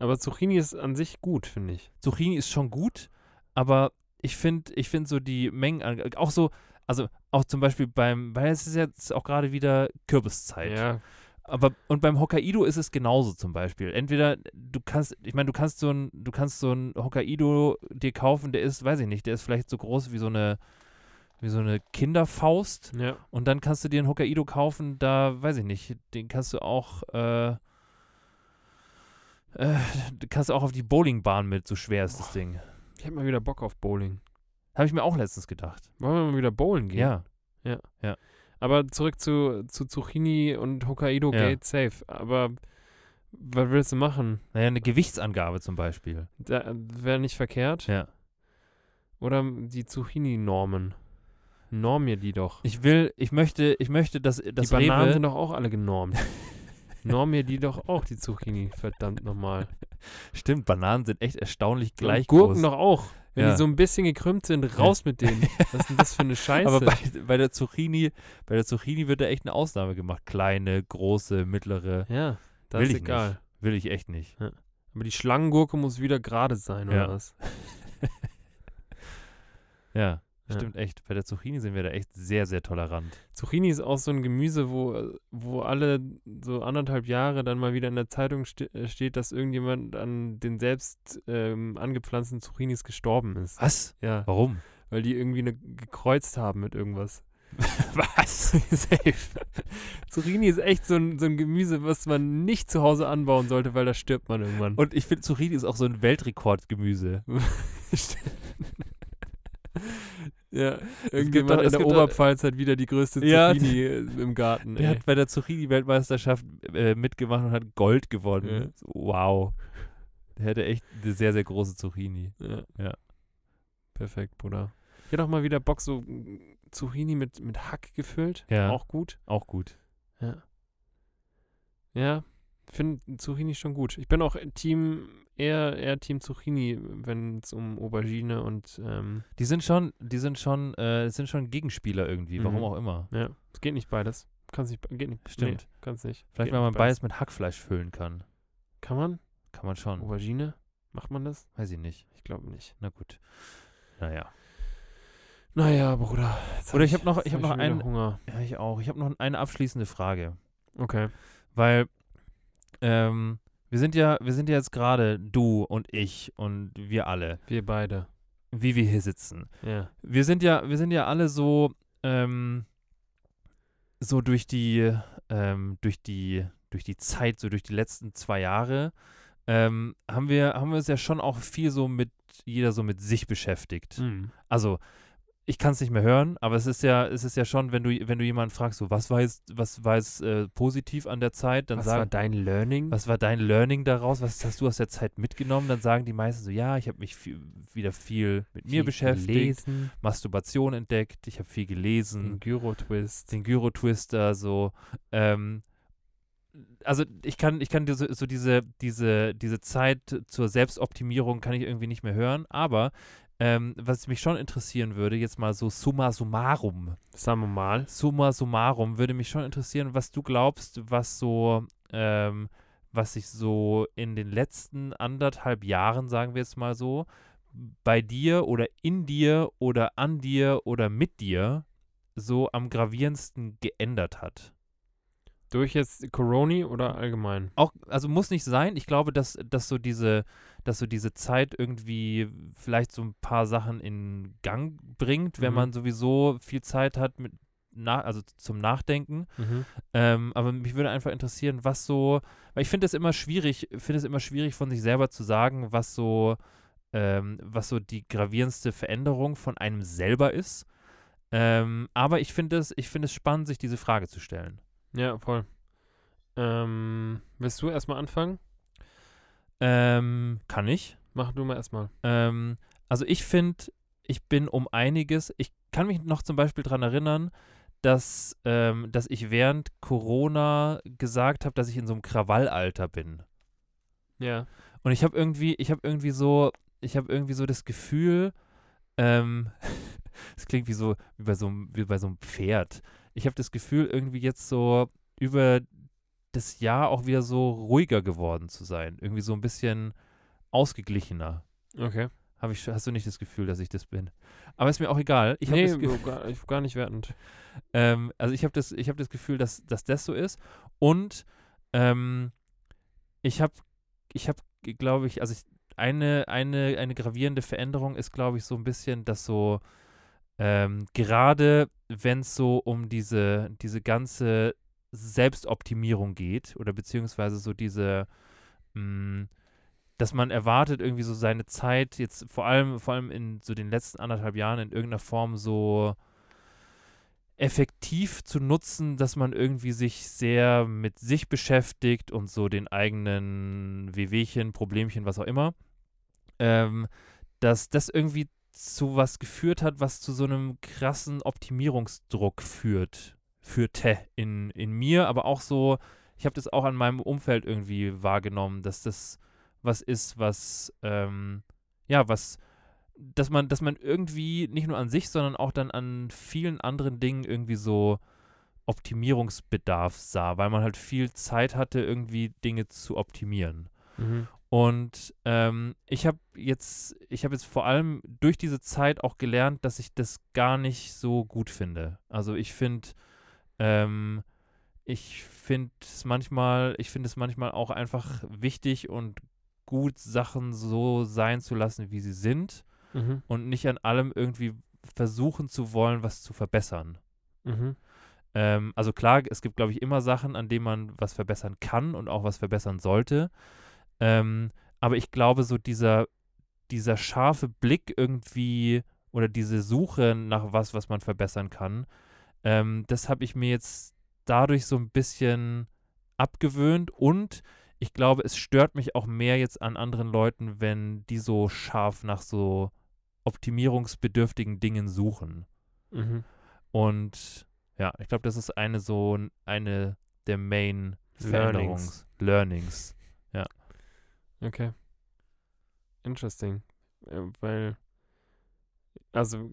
Speaker 3: Aber Zucchini ist an sich gut, finde ich.
Speaker 2: Zucchini ist schon gut, aber ich finde, ich finde so die Mengen, an- auch so, also auch zum Beispiel beim, weil es ist jetzt auch gerade wieder Kürbiszeit.
Speaker 3: Ja,
Speaker 2: Aber und beim Hokkaido ist es genauso zum Beispiel. Entweder du kannst, ich meine, du kannst so ein, du kannst so ein Hokkaido dir kaufen, der ist, weiß ich nicht, der ist vielleicht so groß wie so eine, wie so eine Kinderfaust.
Speaker 3: ja.
Speaker 2: Und dann kannst du dir ein Hokkaido kaufen, da weiß ich nicht, den kannst du auch, äh, äh, den kannst du auch auf die Bowlingbahn mit, so schwer ist das Ding.
Speaker 3: Ich hätte mal wieder Bock auf Bowling.
Speaker 2: Habe ich mir auch letztens gedacht.
Speaker 3: Wollen wir mal wieder bowlen gehen?
Speaker 2: Ja.
Speaker 3: Aber zurück zu, zu Zucchini und Hokkaido
Speaker 2: Ja.
Speaker 3: Gate Safe. Aber was willst du machen?
Speaker 2: Naja, eine Gewichtsangabe zum Beispiel.
Speaker 3: Da wäre nicht verkehrt.
Speaker 2: Ja.
Speaker 3: Oder die Zucchini-Normen. Norm mir die doch.
Speaker 2: Ich will, ich möchte, ich möchte, dass, dass
Speaker 3: die Bananen
Speaker 2: Rewe,
Speaker 3: sind doch auch alle genormt. Norm mir die doch auch, die Zucchini. Verdammt nochmal.
Speaker 2: Stimmt, Bananen sind echt erstaunlich gleich
Speaker 3: Und
Speaker 2: groß.
Speaker 3: Gurken doch auch. Wenn
Speaker 2: Ja.
Speaker 3: die so ein bisschen gekrümmt sind, raus mit denen. Was ist denn das für eine Scheiße?
Speaker 2: aber bei, bei der Zucchini, bei der Zucchini wird da echt eine Ausnahme gemacht. Kleine, große, mittlere,
Speaker 3: ja, das
Speaker 2: Will
Speaker 3: ist
Speaker 2: ich
Speaker 3: egal.
Speaker 2: will ich echt nicht.
Speaker 3: Aber die Schlangengurke muss wieder gerade sein, oder
Speaker 2: Ja.
Speaker 3: was?
Speaker 2: Ja,
Speaker 3: Ja.
Speaker 2: stimmt echt. Bei der Zucchini sind wir da echt sehr, sehr tolerant.
Speaker 3: Zucchini ist auch so ein Gemüse, wo, wo alle so anderthalb Jahre dann mal wieder in der Zeitung ste äh, steht, dass irgendjemand an den selbst ähm, angepflanzten Zucchinis gestorben ist.
Speaker 2: Was?
Speaker 3: Ja,
Speaker 2: Warum?
Speaker 3: weil die irgendwie eine gekreuzt haben mit irgendwas.
Speaker 2: Was?
Speaker 3: Safe. Zucchini ist echt so ein, so ein Gemüse, was man nicht zu Hause anbauen sollte, weil da stirbt man irgendwann.
Speaker 2: Und ich finde, Zucchini ist auch so ein Weltrekordgemüse.
Speaker 3: ja,
Speaker 2: gibt doch-
Speaker 3: irgendjemand
Speaker 2: es
Speaker 3: in der
Speaker 2: gibt doch-
Speaker 3: Oberpfalz hat wieder die größte
Speaker 2: Ja,
Speaker 3: Zucchini äh, im Garten.
Speaker 2: Der
Speaker 3: Ey.
Speaker 2: hat bei der Zucchini-Weltmeisterschaft äh, mitgemacht und hat Gold gewonnen.
Speaker 3: Ja.
Speaker 2: So, Wow. Der hätte echt eine sehr, sehr große Zucchini.
Speaker 3: Ja.
Speaker 2: Ja.
Speaker 3: Perfekt, Bruder. Ich hätte auch mal wieder Bock, so mm, Zucchini mit, mit Hack gefüllt.
Speaker 2: Ja.
Speaker 3: Auch gut.
Speaker 2: Auch gut.
Speaker 3: Ja. Finde Zucchini schon gut. Ich bin auch Team, eher, eher Team Zucchini, wenn es um Aubergine und ähm,
Speaker 2: Die sind schon, die sind schon, äh, sind schon Gegenspieler irgendwie, warum
Speaker 3: Mhm.
Speaker 2: auch immer.
Speaker 3: ja, es geht nicht beides. Kannst nicht, be- geht nicht.
Speaker 2: Stimmt.
Speaker 3: Nee, kannst nicht.
Speaker 2: Vielleicht,
Speaker 3: Geht
Speaker 2: wenn
Speaker 3: nicht
Speaker 2: man beides mit Hackfleisch füllen kann.
Speaker 3: Kann man?
Speaker 2: Kann man schon.
Speaker 3: Aubergine? Macht man das?
Speaker 2: Weiß ich nicht.
Speaker 3: Ich glaube nicht.
Speaker 2: Na gut. Naja.
Speaker 3: Naja, Bruder. jetzt
Speaker 2: Oder ich habe noch, ich
Speaker 3: jetzt
Speaker 2: hab
Speaker 3: hab
Speaker 2: noch
Speaker 3: schon wieder
Speaker 2: einen,
Speaker 3: Hunger.
Speaker 2: ja, ich auch. Ich habe noch eine abschließende Frage,
Speaker 3: Okay.
Speaker 2: weil ähm, wir sind ja, wir sind ja jetzt gerade du und ich und wir alle,
Speaker 3: Wir beide.
Speaker 2: wie wir hier sitzen.
Speaker 3: Ja.
Speaker 2: Wir sind ja, wir sind ja alle so, ähm, so durch die, ähm, durch die, durch die Zeit, so durch die letzten zwei Jahre, ähm, haben wir, haben wir uns ja schon auch viel so mit jeder so mit sich beschäftigt.
Speaker 3: Mhm.
Speaker 2: also ich kann es nicht mehr hören, aber es ist ja, es ist ja schon, wenn du, wenn du jemanden fragst, so was war jetzt, was war jetzt äh, positiv an der Zeit, dann
Speaker 3: Was war
Speaker 2: sagen,
Speaker 3: dein Learning?
Speaker 2: was war dein Learning daraus, was hast du aus der Zeit mitgenommen? Dann sagen die meisten so, ja, ich habe mich viel, wieder viel mit mir
Speaker 3: Viel
Speaker 2: beschäftigt,
Speaker 3: Gelesen,
Speaker 2: Masturbation entdeckt, ich habe viel gelesen,
Speaker 3: den Gyro-Twist.
Speaker 2: den Gyro-Twister, so, ähm, also ich kann, ich kann dir so, so diese, diese, diese Zeit zur Selbstoptimierung kann ich irgendwie nicht mehr hören, aber ähm, was mich schon interessieren würde, jetzt mal so summa summarum,
Speaker 3: Sagen wir mal.
Speaker 2: summa summarum würde mich schon interessieren, was du glaubst, was so, ähm, was sich so in den letzten anderthalb Jahren, sagen wir jetzt mal so, bei dir oder in dir oder an dir oder mit dir so am gravierendsten geändert hat.
Speaker 3: Durch jetzt Coroni oder allgemein?
Speaker 2: auch, also muss nicht sein. Ich glaube, dass, dass so diese, dass so diese Zeit irgendwie vielleicht so ein paar Sachen in Gang bringt, wenn
Speaker 3: Mhm.
Speaker 2: man sowieso viel Zeit hat mit na, also zum Nachdenken.
Speaker 3: Mhm.
Speaker 2: Ähm, aber mich würde einfach interessieren, was so, weil ich finde es immer schwierig, finde es immer schwierig von sich selber zu sagen, was so, ähm, was so die gravierendste Veränderung von einem selber ist. Ähm, aber ich finde es, ich finde es spannend, sich diese Frage zu stellen.
Speaker 3: Ja, voll. Ähm, willst du erstmal anfangen?
Speaker 2: Ähm, kann ich?
Speaker 3: Mach du mal erstmal.
Speaker 2: Ähm, also ich finde, ich bin um einiges, ich kann mich noch zum Beispiel daran erinnern, dass, ähm, dass ich während Corona gesagt habe, dass ich in so einem Krawallalter bin.
Speaker 3: Ja.
Speaker 2: Und ich habe irgendwie, ich habe irgendwie so, ich habe irgendwie so das Gefühl, ähm, es klingt wie so, wie bei so, einem- wie bei so einem Pferd. Ich habe das Gefühl, irgendwie jetzt so über das Jahr auch wieder so ruhiger geworden zu sein. Irgendwie so ein bisschen ausgeglichener.
Speaker 3: Okay.
Speaker 2: Hab ich, hast du nicht das Gefühl, dass ich das bin? Aber ist mir auch egal. Ich habe
Speaker 3: nee,
Speaker 2: das, Ge-
Speaker 3: gar, ich- gar nicht wertend.
Speaker 2: ähm, also ich hab das, ich hab das Gefühl, dass, dass das so ist. Und ähm, ich habe, ich hab, glaube ich, also ich, eine, eine, eine gravierende Veränderung ist, glaube ich, so ein bisschen, dass so ähm, gerade wenn es so um diese, diese ganze Selbstoptimierung geht oder beziehungsweise so diese, mh, dass man erwartet, irgendwie so seine Zeit jetzt vor allem, vor allem in so den letzten anderthalb Jahren in irgendeiner Form so effektiv zu nutzen, dass man irgendwie sich sehr mit sich beschäftigt und so den eigenen Wehwehchen, Problemchen, was auch immer, ähm, dass das irgendwie zu was geführt hat, was zu so einem krassen Optimierungsdruck führt, führte in, in mir, aber auch so, ich habe das auch an meinem Umfeld irgendwie wahrgenommen, dass das was ist, was, ähm, ja, was, dass man, dass man irgendwie nicht nur an sich, sondern auch dann an vielen anderen Dingen irgendwie so Optimierungsbedarf sah, weil man halt viel Zeit hatte, irgendwie Dinge zu optimieren.
Speaker 3: Mhm.
Speaker 2: Und ähm, ich habe jetzt, ich habe jetzt vor allem durch diese Zeit auch gelernt, dass ich das gar nicht so gut finde. Also ich finde, ähm, ich finde es manchmal, ich finde es manchmal auch einfach wichtig und gut, Sachen so sein zu lassen, wie sie sind
Speaker 3: Mhm.
Speaker 2: und nicht an allem irgendwie versuchen zu wollen, was zu verbessern.
Speaker 3: Mhm.
Speaker 2: Ähm, also klar, es gibt, glaube ich, immer Sachen, an denen man was verbessern kann und auch was verbessern sollte. Ähm, aber ich glaube, so dieser, dieser scharfe Blick irgendwie oder diese Suche nach was, was man verbessern kann, ähm, das habe ich mir jetzt dadurch so ein bisschen abgewöhnt und ich glaube, es stört mich auch mehr jetzt an anderen Leuten, wenn die so scharf nach so optimierungsbedürftigen Dingen suchen.
Speaker 3: Mhm.
Speaker 2: Und ja, ich glaube, das ist eine so n- eine der Main
Speaker 3: Learnings.
Speaker 2: Veränderungs Learnings.
Speaker 3: Okay. Interesting. Äh, Weil, also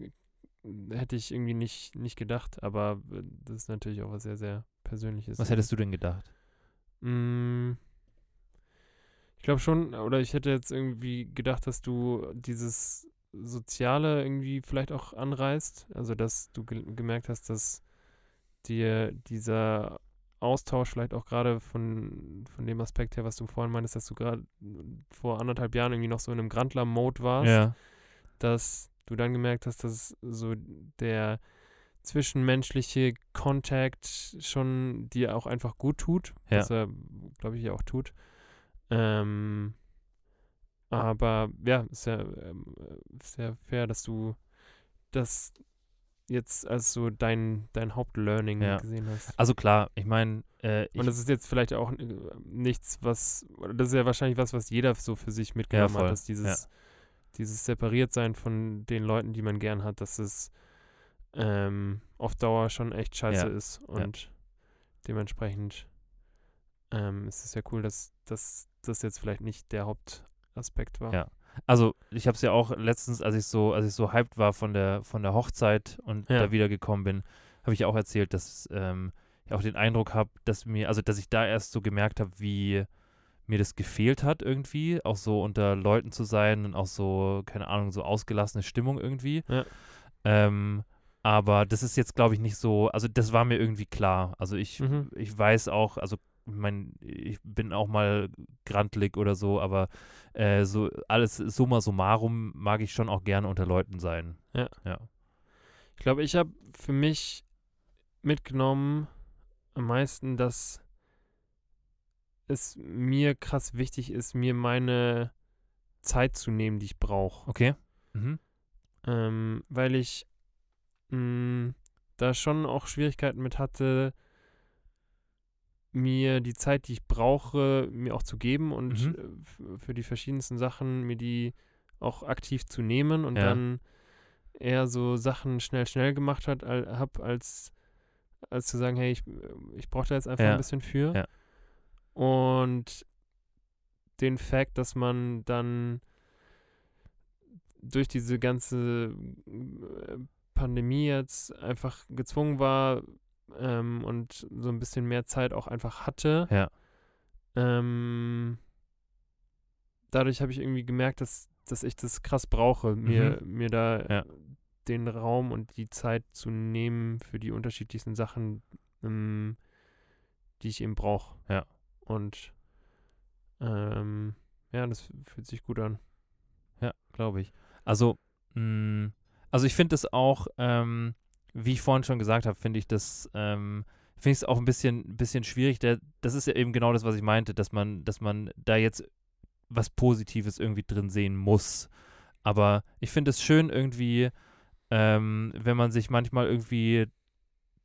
Speaker 3: äh, hätte ich irgendwie nicht, nicht gedacht, aber äh, das ist natürlich auch was sehr, sehr Persönliches.
Speaker 2: Was hättest du denn gedacht?
Speaker 3: Mm. Ich glaube schon, oder ich hätte jetzt irgendwie gedacht, dass du dieses Soziale irgendwie vielleicht auch anreißt. Also, dass du ge gemerkt hast, dass dir dieser Austausch vielleicht auch gerade von, von dem Aspekt her, was du vorhin meintest, dass du gerade vor anderthalb Jahren irgendwie noch so in einem Grandler-Mode warst,
Speaker 2: Ja.
Speaker 3: dass du dann gemerkt hast, dass so der zwischenmenschliche Kontakt schon dir auch einfach gut tut,
Speaker 2: Ja.
Speaker 3: was er, glaube ich, ja auch tut. Ähm, aber ja, ist ja ähm, ist ja fair, dass du das jetzt als so dein, dein Hauptlearning
Speaker 2: Ja.
Speaker 3: gesehen hast.
Speaker 2: Also klar, ich meine, äh, ich-
Speaker 3: Und das ist jetzt vielleicht auch äh, nichts, was, oder das ist ja wahrscheinlich was, was jeder so für sich mitgenommen
Speaker 2: voll,
Speaker 3: hat, dass dieses, dieses Separiertsein von den Leuten, die man gern hat, dass es ähm, auf Dauer schon echt scheiße
Speaker 2: Ja,
Speaker 3: ist. Und dementsprechend ähm, ist es ja cool, dass, dass das jetzt vielleicht nicht der Hauptaspekt war.
Speaker 2: Ja. also ich habe es ja auch letztens, als ich so, als ich so hyped war von der von der Hochzeit und
Speaker 3: Ja.
Speaker 2: da wiedergekommen bin, habe ich auch erzählt, dass ähm, ich auch den Eindruck habe, dass mir, also dass ich da erst so gemerkt habe, wie mir das gefehlt hat irgendwie, auch so unter Leuten zu sein und auch so, keine Ahnung, so ausgelassene Stimmung irgendwie.
Speaker 3: Ja.
Speaker 2: Ähm, aber das ist jetzt, glaube ich, nicht so, also das war mir irgendwie klar. Also ich,
Speaker 3: Mhm.
Speaker 2: ich weiß auch, also ich mein, ich bin auch mal grantlig oder so, aber äh, so alles summa summarum mag ich schon auch gerne unter Leuten sein.
Speaker 3: Ja.
Speaker 2: Ja.
Speaker 3: Ich glaube, ich habe für mich mitgenommen am meisten, dass es mir krass wichtig ist, mir meine Zeit zu nehmen, die ich brauche.
Speaker 2: Okay. Mhm.
Speaker 3: Ähm, weil ich mh, da schon auch Schwierigkeiten mit hatte, mir die Zeit, die ich brauche, mir auch zu geben und
Speaker 2: Mhm.
Speaker 3: äh, f- für die verschiedensten Sachen mir die auch aktiv zu nehmen und
Speaker 2: Ja.
Speaker 3: dann eher so Sachen schnell, schnell gemacht hat, al hab, als, als zu sagen, hey, ich, äh, ich brauche da jetzt einfach
Speaker 2: Ja.
Speaker 3: ein bisschen für.
Speaker 2: Ja.
Speaker 3: Und den Fakt, dass man dann durch diese ganze äh, Pandemie jetzt einfach gezwungen war ähm, und so ein bisschen mehr Zeit auch einfach hatte.
Speaker 2: Ja.
Speaker 3: Ähm, dadurch habe ich irgendwie gemerkt, dass, dass ich das krass brauche, mir, mir da
Speaker 2: Mhm. Ja.
Speaker 3: den Raum und die Zeit zu nehmen für die unterschiedlichsten Sachen, ähm, die ich eben brauche.
Speaker 2: Ja.
Speaker 3: Und ähm, ja, das fühlt sich gut an.
Speaker 2: Ja, glaube ich. Also, mh, also ich finde es auch, ähm, wie ich vorhin schon gesagt habe, finde ich das, ähm, finde ich es auch ein bisschen, bisschen schwierig. Der, das ist ja eben genau das, was ich meinte, dass man, dass man da jetzt was Positives irgendwie drin sehen muss. Aber ich finde es schön irgendwie, ähm, wenn man sich manchmal irgendwie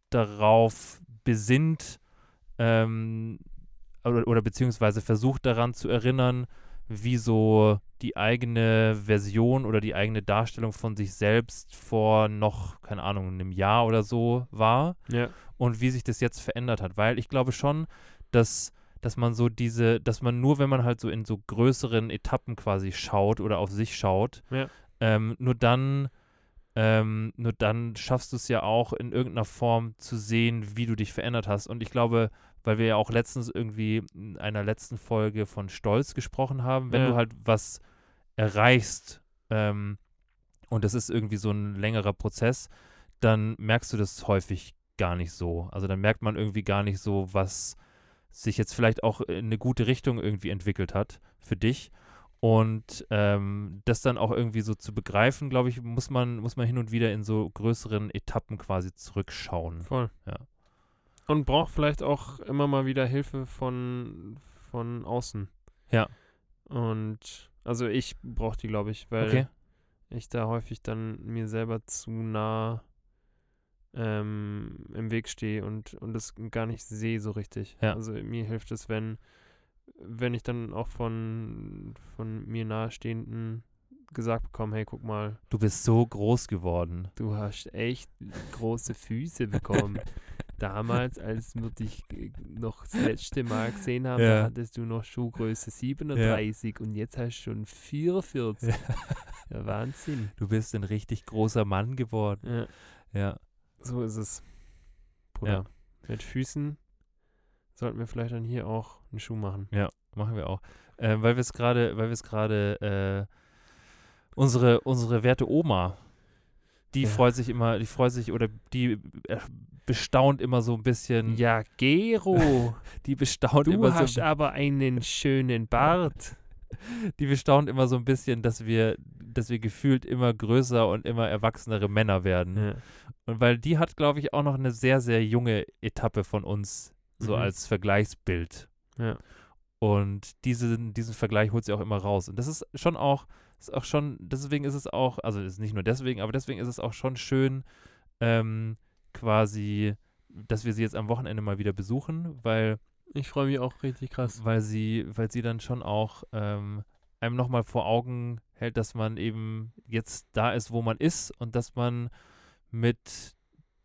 Speaker 2: darauf besinnt ähm, oder, oder beziehungsweise versucht daran zu erinnern, wie so die eigene Version oder die eigene Darstellung von sich selbst vor noch, keine Ahnung, einem Jahr oder so war
Speaker 3: Ja.
Speaker 2: und wie sich das jetzt verändert hat. Weil ich glaube schon, dass, dass man so diese, dass man nur, wenn man halt so in so größeren Etappen quasi schaut oder auf sich schaut,
Speaker 3: Ja.
Speaker 2: ähm, nur dann, ähm, nur dann schaffst du es ja auch in irgendeiner Form zu sehen, wie du dich verändert hast. Und ich glaube, weil wir ja auch letztens irgendwie in einer letzten Folge von Stolz gesprochen haben, wenn
Speaker 3: Ja.
Speaker 2: du halt was erreichst, ähm, und das ist irgendwie so ein längerer Prozess, dann merkst du das häufig gar nicht so. Also dann merkt man irgendwie gar nicht so, was sich jetzt vielleicht auch in eine gute Richtung irgendwie entwickelt hat für dich. Und ähm, das dann auch irgendwie so zu begreifen, glaube ich, muss man, muss man hin und wieder in so größeren Etappen quasi zurückschauen.
Speaker 3: Voll.
Speaker 2: Ja.
Speaker 3: Und braucht vielleicht auch immer mal wieder Hilfe von, von außen.
Speaker 2: Ja.
Speaker 3: Und also ich brauche die, glaube ich, weil
Speaker 2: Okay.
Speaker 3: ich da häufig dann mir selber zu nah ähm, im Weg stehe und, und das gar nicht sehe so richtig.
Speaker 2: Ja.
Speaker 3: Also mir hilft es, wenn, wenn ich dann auch von, von mir nahestehenden gesagt bekomme, hey, guck mal,
Speaker 2: Du bist so groß geworden.
Speaker 3: du hast echt große Füße bekommen. Damals, als wir dich äh, noch das letzte Mal gesehen haben,
Speaker 2: Ja.
Speaker 3: da hattest du noch Schuhgröße 37 und jetzt hast du schon 44. Ja, Wahnsinn.
Speaker 2: Du bist ein richtig großer Mann geworden.
Speaker 3: Ja.
Speaker 2: Ja.
Speaker 3: So ist es. Bruder. Mit Füßen sollten wir vielleicht dann hier auch einen Schuh machen.
Speaker 2: Machen wir auch. Ähm, weil wir es gerade, weil wir es gerade äh, unsere, unsere werte Oma, die
Speaker 3: Ja.
Speaker 2: freut sich immer, die freut sich oder die äh, bestaunt immer so ein bisschen.
Speaker 3: Ja, Gero,
Speaker 2: Die bestaunt
Speaker 3: du
Speaker 2: immer
Speaker 3: hast
Speaker 2: so,
Speaker 3: aber einen schönen Bart.
Speaker 2: die bestaunt immer so ein bisschen, dass wir, dass wir gefühlt immer größer und immer erwachsenere Männer werden. Und weil die hat, glaube ich, auch noch eine sehr, sehr junge Etappe von uns, so
Speaker 3: Mhm.
Speaker 2: als Vergleichsbild.
Speaker 3: Ja.
Speaker 2: Und diesen, diesen Vergleich holt sie auch immer raus. Und das ist schon auch, ist auch schon, deswegen ist es auch, also ist nicht nur deswegen, aber deswegen ist es auch schon schön, ähm, quasi, dass wir sie jetzt am Wochenende mal wieder besuchen, weil,
Speaker 3: Ich freue mich auch richtig krass.
Speaker 2: weil sie, weil sie dann schon auch ähm, einem nochmal vor Augen hält, dass man eben jetzt da ist, wo man ist und dass man mit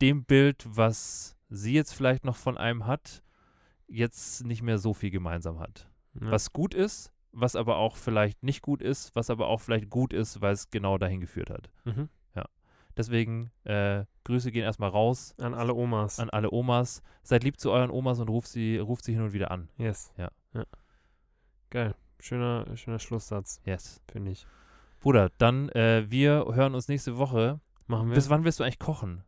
Speaker 2: dem Bild, was sie jetzt vielleicht noch von einem hat, jetzt nicht mehr so viel gemeinsam hat.
Speaker 3: Ja.
Speaker 2: Was gut ist, was aber auch vielleicht nicht gut ist, was aber auch vielleicht gut ist, weil es genau dahin geführt hat.
Speaker 3: Mhm.
Speaker 2: Deswegen, äh, Grüße gehen erstmal raus
Speaker 3: An alle Omas.
Speaker 2: an alle Omas. Seid lieb zu euren Omas und ruft sie, ruft sie hin und wieder an.
Speaker 3: yes.
Speaker 2: Ja.
Speaker 3: Geil. Schöner, schöner Schlusssatz,
Speaker 2: Yes.
Speaker 3: finde ich.
Speaker 2: Bruder, dann, äh, wir hören uns nächste Woche.
Speaker 3: Machen wir.
Speaker 2: Bis wann wirst du eigentlich kochen?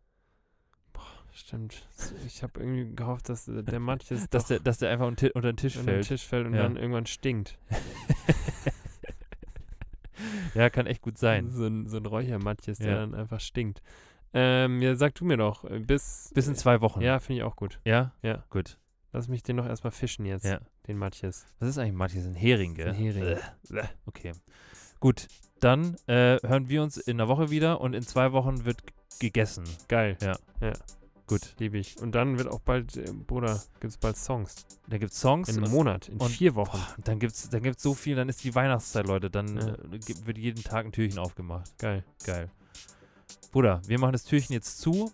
Speaker 3: Stimmt. Ich habe irgendwie gehofft, dass äh, der Matsch jetzt
Speaker 2: Dass
Speaker 3: doch
Speaker 2: der, dass der einfach unter unter den Tisch
Speaker 3: unter den
Speaker 2: fällt.
Speaker 3: Tisch fällt und
Speaker 2: Ja.
Speaker 3: dann irgendwann stinkt.
Speaker 2: Ja, kann echt gut sein.
Speaker 3: So ein, so ein Räuchermatsch ist, der
Speaker 2: Ja.
Speaker 3: dann einfach stinkt. Ähm, ja, sag du mir doch. äh, Bis.
Speaker 2: Bis in zwei Wochen.
Speaker 3: Ja, finde ich auch gut.
Speaker 2: Ja?
Speaker 3: Ja.
Speaker 2: Gut.
Speaker 3: Lass mich den noch erstmal fischen jetzt.
Speaker 2: Ja. Äh,
Speaker 3: Den Matjes.
Speaker 2: Was ist eigentlich Matthias? Ein Hering, gell?
Speaker 3: Ein Hering.
Speaker 2: Bäh. Bäh. Okay. Gut, dann äh, hören wir uns in einer Woche wieder und in zwei Wochen wird g- gegessen.
Speaker 3: Geil.
Speaker 2: Gut,
Speaker 3: Liebe ich. Und dann wird auch bald, äh, Bruder, gibt es bald Songs.
Speaker 2: dann gibt's Songs
Speaker 3: In einem
Speaker 2: und
Speaker 3: Monat, in
Speaker 2: und-
Speaker 3: vier Wochen.
Speaker 2: dann gibt's, dann gibt's so viel, dann ist die Weihnachtszeit, Leute. Dann
Speaker 3: Ja.
Speaker 2: äh, gi- wird jeden Tag ein Türchen aufgemacht.
Speaker 3: Geil.
Speaker 2: Geil. Bruder, wir machen das Türchen jetzt zu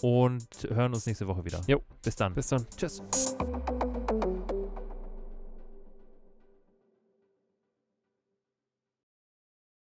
Speaker 2: und hören uns nächste Woche wieder.
Speaker 3: Jo.
Speaker 2: Bis dann.
Speaker 3: Bis dann.
Speaker 4: Tschüss.